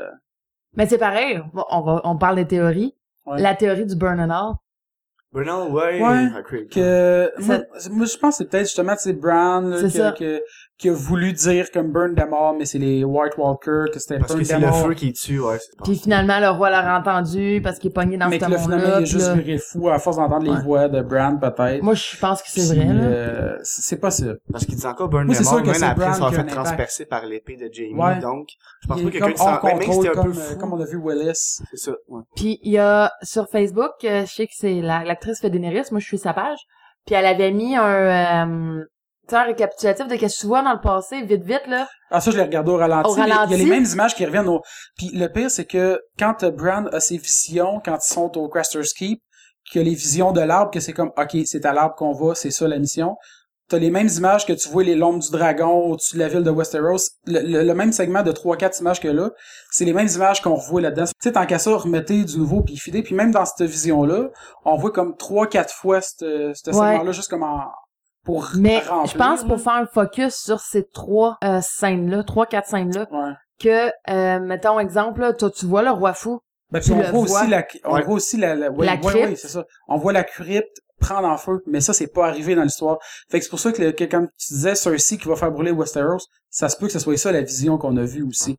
Mais c'est pareil, Bon, on, va, on parle des théories.
Ouais.
La théorie du burn and all.
Bernal, ouais.
Ouais.
Ok.
que moi,
Euh, Ça-
moi, je pense que c'est peut-être justement c'est Brown là,
C'est ça.
que, que- qui a voulu dire comme Burn the mort mais c'est les White Walker que c'était
Parce
Burn
que
the
c'est le
mort
feu qui tue, ouais. c'est pas-
Puis finalement, le roi l'a entendu parce qu'il est pogné dans
mais
ce
que là, finalement
monde-là.
il est
puis
juste
là-
viré fou à force d'entendre
Ouais.
les voix de Brown peut-être
Moi, je pense que c'est
Puis,
vrai, là.
euh, c'est c'est possible
Parce qu'il dit encore Burn
Moi, c'est sûr
Demon,
que
même
c'est
après
Bran
s'en
qui a
fait
un impact.
transpercer par l'épée de Jamie,
Ouais.
donc. Je pense
il
pas
est
que quelqu'un
comme
qui
hors
s'en... Ben, Même si
contrôle
c'était un peu
comme, euh,
fou.
comme on a vu Willis
C'est ça, ouais.
Puis il y a sur Facebook, euh, je sais que c'est la- l'actrice Fédénéris, moi je suis sa page, puis elle avait mis un, euh, tu sais, un récapitulatif de qu'est-ce que tu vois dans le passé, vite vite là.
Ah, ça, je l'ai regardé au ralenti.
Au
mais Il y a
ralenti.
les mêmes images qui reviennent au... Puis le pire, c'est que quand euh, Bran a ses visions, quand ils sont au Craster's Keep, que les visions de l'arbre, que c'est comme, OK, c'est à l'arbre qu'on va, c'est ça la mission. T'as les mêmes images que tu vois les lombes du dragon au-dessus de la ville de Westeros. Le, le- le même segment de 3-4 images que là, c'est les mêmes images qu'on revoit là-dedans. Tu sais, tant qu'à ça, remettez du nouveau puis fidez. Puis même dans cette vision-là, on voit comme 3-4 fois ce ce segment-là, juste comme en... pour
Mais
remplir.
je pense
là.
pour faire un focus sur ces trois euh, scènes là, trois quatre scènes là,
Ouais.
que euh, mettons exemple, là, toi tu vois le roi fou,
Ben,
Tu
puis
le
on voit
vois.
aussi la, on
Ouais.
voit aussi la, la, ouais,
La
ouais,
crypte.
ouais, c'est ça. On voit la crypte prendre en feu, mais ça, c'est pas arrivé dans l'histoire. Fait que c'est pour ça que, le- que comme tu disais, Cersei qui va faire brûler Westeros, ça se peut que ce soit ça la vision qu'on a vue aussi.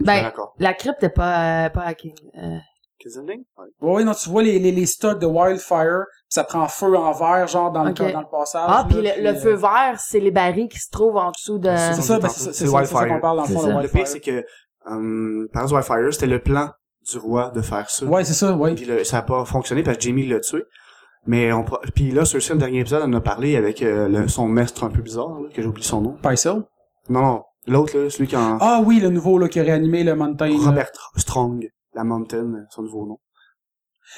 Ben,
ben
d'accord.
la crypte est pas euh, pas hackée. Euh,
Qu'est-ce que c'est?
Ouais, ouais, non, tu vois les, les, les stocks de Wildfire, pis ça prend feu en vert, genre dans,
Ok.
le, dans le passage.
ah
là,
puis le, le
euh,
feu vert, c'est les barils qui se trouvent en dessous de.
C'est
C'est ça, ben, c'est ça, c'est
C'est
ça, c'est ça
Wildfire.
qu'on parle dans le
C'est
fond de
ça.
Le pire,
Wildfire.
c'est que, euh, par exemple, Wildfire, c'était le plan du roi de faire ça.
Ouais, c'est ça, ouais.
Puis le- ça a pas fonctionné parce que Jamie l'a tué. Mais on pro- puis là, sur le dernier épisode, on en a parlé avec euh, le- son maître un peu bizarre, là, que j'ai oublié son nom.
Pycelle.
Non, non, l'autre, là, celui qui en...
Ah oui, le nouveau, là, qui a réanimé le Mountain. là.
Robert Tr- Strong, la Mountain, euh, son nouveau nom.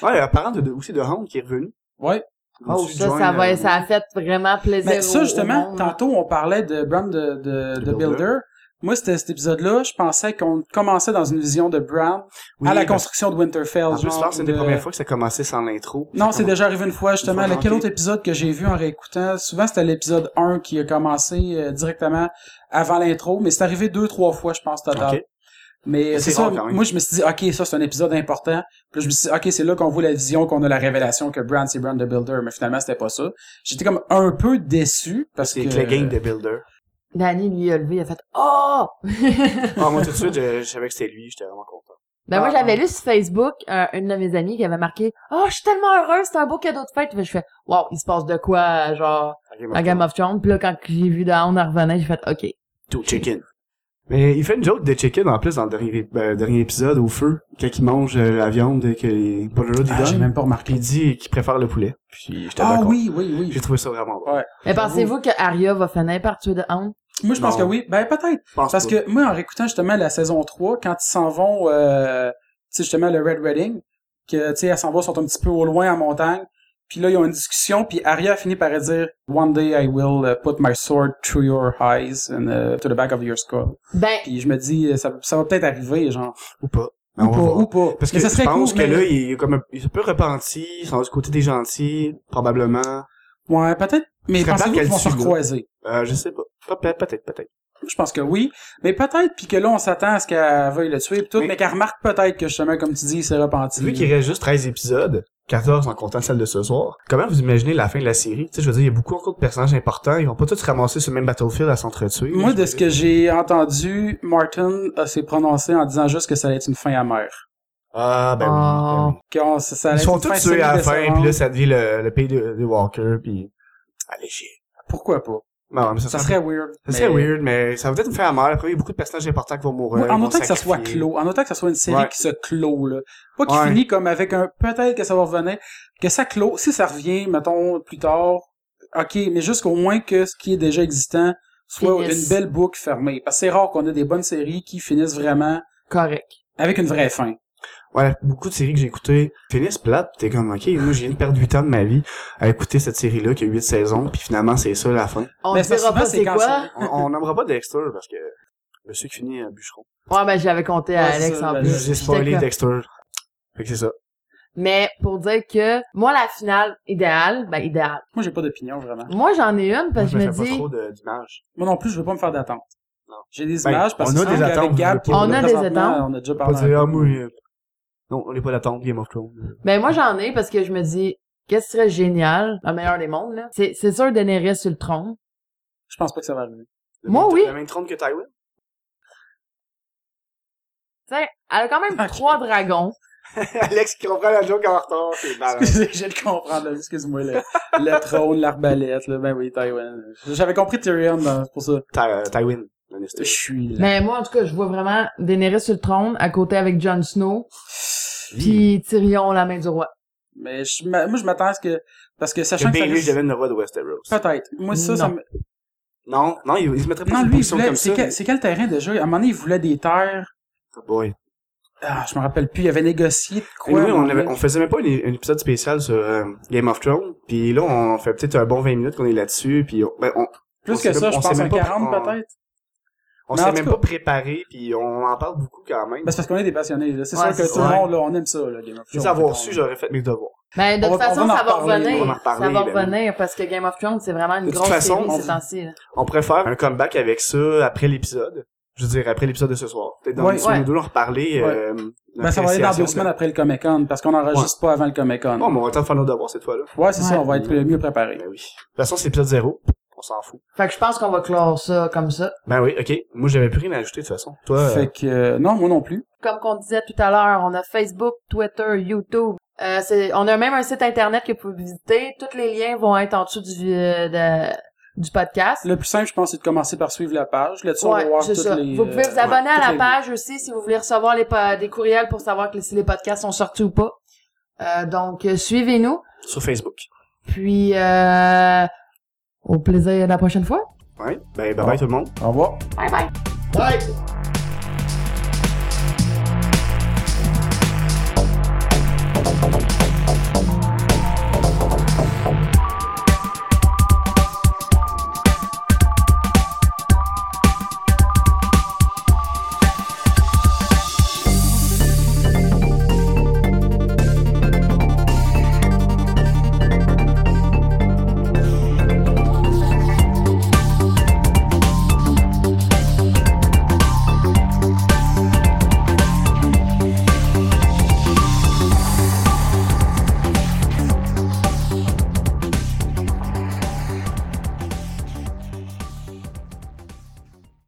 Ouais, euh, parlant de, de- aussi de Hound qui est revenu.
euh, Ouais.
Oh,
Tu
ça,
joins,
ça, va,
euh,
ça a fait vraiment plaisir.
Mais
au-
Ben, ça,
au
justement,
monde.
tantôt, on parlait de Bran de, de, de
Builder.
Builder. Moi, c'était cet épisode-là, je pensais qu'on commençait dans une vision de Bran
oui,
à la
parce-
construction de Winterfell.
En plus,
genre,
je pense que Ah, c'est une des
de-
premières fois que ça commençait sans l'intro.
Non,
Ça
c'est
commence-
déjà arrivé une fois, justement.
Une fois
Lequel
manqué.
autre épisode que j'ai vu en réécoutant? Souvent, c'était l'épisode 1 qui a commencé euh, directement avant l'intro, mais c'est arrivé deux, trois fois, je pense, total.
Ok.
Mais
Mais
c'est
c'est
ça,
rare, quand même.
moi, je me suis dit, OK, ça, c'est un épisode important. Puis là, je me suis dit, OK, c'est là qu'on voit la vision, qu'on a la révélation que Bran, c'est Bran the Builder. Mais finalement, c'était pas ça. J'étais comme un peu déçu parce
C'est
que...
que le game de Builder.
Danny lui a levé, il a fait Oh!
Ah, moi, tout de suite, je, je savais que c'était lui, j'étais vraiment content.
Ben moi
Ah.
j'avais lu sur Facebook euh, une de mes amies qui avait marqué "Oh, je suis tellement heureuse, c'est un beau cadeau de fête." Fait, je fais "Wow, il se passe de quoi euh, genre
La Game of
à Game of Thrones." Puis là quand j'ai vu Down en revenait, j'ai fait "OK."
Two chicken. Mais il fait une joke de chicken en plus dans le dernier, euh, dernier épisode au feu, quand il mange euh, la viande que les Polaroid lui
Ah, j'ai
donnent.
même pas
Puis
remarqué.
il dit qu'il préfère le poulet. Puis j'étais
Ah
d'accord.
oui, oui, oui.
J'ai trouvé ça vraiment bon.
Ouais.
Mais pensez-vous que Arya va finir par tuer Down
Moi, je pense
Non.
que oui. Ben, peut-être.
Je pense
Parce
pas.
que moi, en réécoutant justement la saison 3, quand ils s'en vont, euh, tu sais, justement, le Red Wedding, que, tu sais, elles s'en vont, sont un petit peu au loin en montagne. Puis là, ils ont une discussion, puis Arya finit par dire « One day I will uh, put my sword through your eyes and uh, to the back of your skull.
Ben »
Puis je me dis, euh, ça, ça va peut-être arriver, genre.
Ou pas. Ben, on va voir.
Ou pas.
Parce que
Mais ça
je
serait
pense
cool,
que
mais-
là, il est comme un, il est un peu repenti, il s'en va du côté des gentils, probablement.
Ouais, peut-être. Mais
Je serais
pensez-vous
pas
qu'ils vont
qu'elle
se
suit, là.
recroiser?
Euh, je sais pas. Pe- pe- Peut-être, peut-être.
Je pense que oui. Mais peut-être, puis que là, on s'attend à ce qu'elle veuille le tuer, pis tout, mais,
Mais-
qu'elle remarque peut-être que justement, comme tu dis, il s'est repenti.
Vu qu'il reste juste 13 épisodes, 14 en comptant celle de ce soir, comment vous imaginez la fin de la série? Tu sais, je veux dire, il y a beaucoup encore de personnages importants, ils vont pas tous se ramasser sur le même battlefield à s'entretuer.
Moi, de ce que j'ai entendu, Martin euh, s'est prononcé en disant juste que ça allait être une fin amère.
Ah, ben oui, ben oui.
Que on- ça, ça allait
Ils sont
être une
tous
Ah. fin
tués à la fin,
semi-décevante.
puis là, ça devient le, le pays de, de Walker, puis... Allez, chier.
Pourquoi pas?
Non, mais ça,
Ça
serait...
serait weird.
Ça serait
mais-
weird, mais ça va peut-être me faire mal. Après, il y a beaucoup de personnages importants qui vont mourir.
Ouais, en
vont
autant que ça soit
sacrifier.
clos, en autant que ça soit une série
Ouais.
qui se clôt, là. Pas qui
Ouais.
finit comme avec un peut-être que ça va revenir, que ça clôt, si ça revient, mettons, plus tard, ok, mais juste qu'au moins que ce qui est déjà existant soit
Finisse.
une belle boucle fermée. Parce que c'est rare qu'on ait des bonnes séries qui finissent vraiment
Correct.
avec une vraie fin.
Ouais, beaucoup de séries que j'ai écoutées finissent plate, pis t'es comme, ok, moi, j'ai viens de perdre 8 ans de ma vie à écouter cette série-là qui a 8 saisons, puis finalement, c'est ça la fin.
On
Mais
ne
ça,
dira
souvent,
pas
Ben, c'est
c'est
quand
quoi.
On- On n'aimera pas Dexter, parce que monsieur qui finit à bûcheron.
Ouais, ben, j'avais compté à
Ouais, c'est
Alex
ça,
en
ben,
plus.
J'ai spoilé
J'étais comme-
Dexter. Fait que c'est ça.
Mais pour dire que, moi, la finale idéale, ben, idéale.
Moi, j'ai pas d'opinion, vraiment.
Moi, j'en ai une
Moi,
parce
je
que je
me
me
fais pas
dis,
trop de- d'images.
Moi non plus, je veux pas me faire d'attente.
Non.
J'ai des
Ben,
images parce
on
que
a des
avec
attentes,
Gab,
mais pas-
qui
On a des
présentement,
attentes.
On a déjà
Pas
parlé.
dire,
un
ah,
peu.
moi, euh, non, on n'est pas d'attente, Game of Thrones.
ben, moi, j'en ai parce que je me dis, qu'est-ce qui serait génial, le meilleur des mondes, là? C'est, c'est sûr Daenerys sur le trône.
Je pense pas que ça va arriver.
Le
Moi,
même-
oui.
Le même trône que Tywin.
Tu sais, elle a quand même trois dragons.
Alex qui comprend la joke en retard, ben, c'est malade.
Excusez, je le comprends, là. Excuse-moi, le, le trône, l'arbalète, là. Ben oui, Taïwan. J'avais compris Tyrion, dans- c'est pour ça.
Ty- euh, Tywin, Lannister.
Je suis là.
Mais moi, en tout cas, je vois vraiment Daenerys sur le trône, à côté avec Jon Snow, puis Tyrion, la main du roi.
Mais je, m'a- moi, je m'attends à ce que, parce que
Que
sachant que ça
Bailey
risque-
devienne le roi de Westeros.
Peut-être. Moi, ça, ça
Non.
me...
Non, non, il, il se mettrait pas
Non,
dans une
lui, il
position
voulait...
comme ça.
C'est quel, c'est quel terrain, déjà? À un moment donné, il voulait des terres...
Oh boy.
Ah, je me rappelle plus. Il avait négocié de quoi? à un
Anyway, on,
moment
avait-
donné.
on faisait même pas une- un épisode spécial sur euh, Game of Thrones, puis là, on fait peut-être un bon 20 minutes qu'on est là-dessus, puis on, ben, on, on
Plus
s'est
que ça,
même-
je
on s'est
pense
même
un
pas-
40,
on-
peut-être.
on
Mais en
s'est
tout
même
cas-
pas préparé, puis on en parle beaucoup quand même.
Ben, c'est parce qu'on est des passionnés, là. C'est
Ouais,
sûr que
c'est
tout le
ça.
monde, là, on aime ça, là, Game of
Si
Thrones.
avoir su, j'aurais fait mes devoirs.
Ben, de
On
toute
va- on
façon,
va en
ça va
reparler,
revenir.
on va en reparler,
ça va
ben oui.
revenir, parce que Game of Thrones, c'est vraiment une
De toute
grosse
façon,
série
on-
ces temps-ci. là.
On pourrait faire un comeback avec ça après l'épisode. Je veux dire, après l'épisode de ce soir. Peut-être dans
Ouais.
une semaine
Ouais.
ou deux, on reparler. euh, notre
Ben, ça va aller dans
appréciation
deux
de-
semaines après le Comic-Con, parce qu'on enregistre pas avant le Comic-Con.
Bon, mais on va attendre de faire nos devoirs cette fois-là.
Ouais, c'est
Ouais.
ça, on va être le mieux préparé.
Ben oui. De toute façon, c'est l'épisode zéro. On s'en fout.
Fait que je pense qu'on va clore ça comme ça.
Ben oui, ok. Moi, j'avais plus rien à ajouter de toute façon. Toi, euh,
Fait que, euh, non, moi non plus.
Comme qu'on disait tout à l'heure, on a Facebook, Twitter, YouTube. Euh, c'est- on a même un site internet que vous pouvez visiter. Tous les liens vont être en dessous du, euh, de- du podcast.
Le plus simple, je pense, c'est de commencer par suivre la page. Là-dessus, on va
Ouais,
voir
c'est
toutes
ça.
les...
vous pouvez
euh,
vous abonner
toutes
à la
les-
page aussi si vous voulez recevoir les pa- des courriels pour savoir que si les podcasts sont sortis ou pas. Euh, donc, euh, suivez-nous.
sur Facebook.
Puis, euh, au plaisir de la prochaine fois.
Ouais. Ben, bye bye tout le monde.
Au revoir.
Bye bye.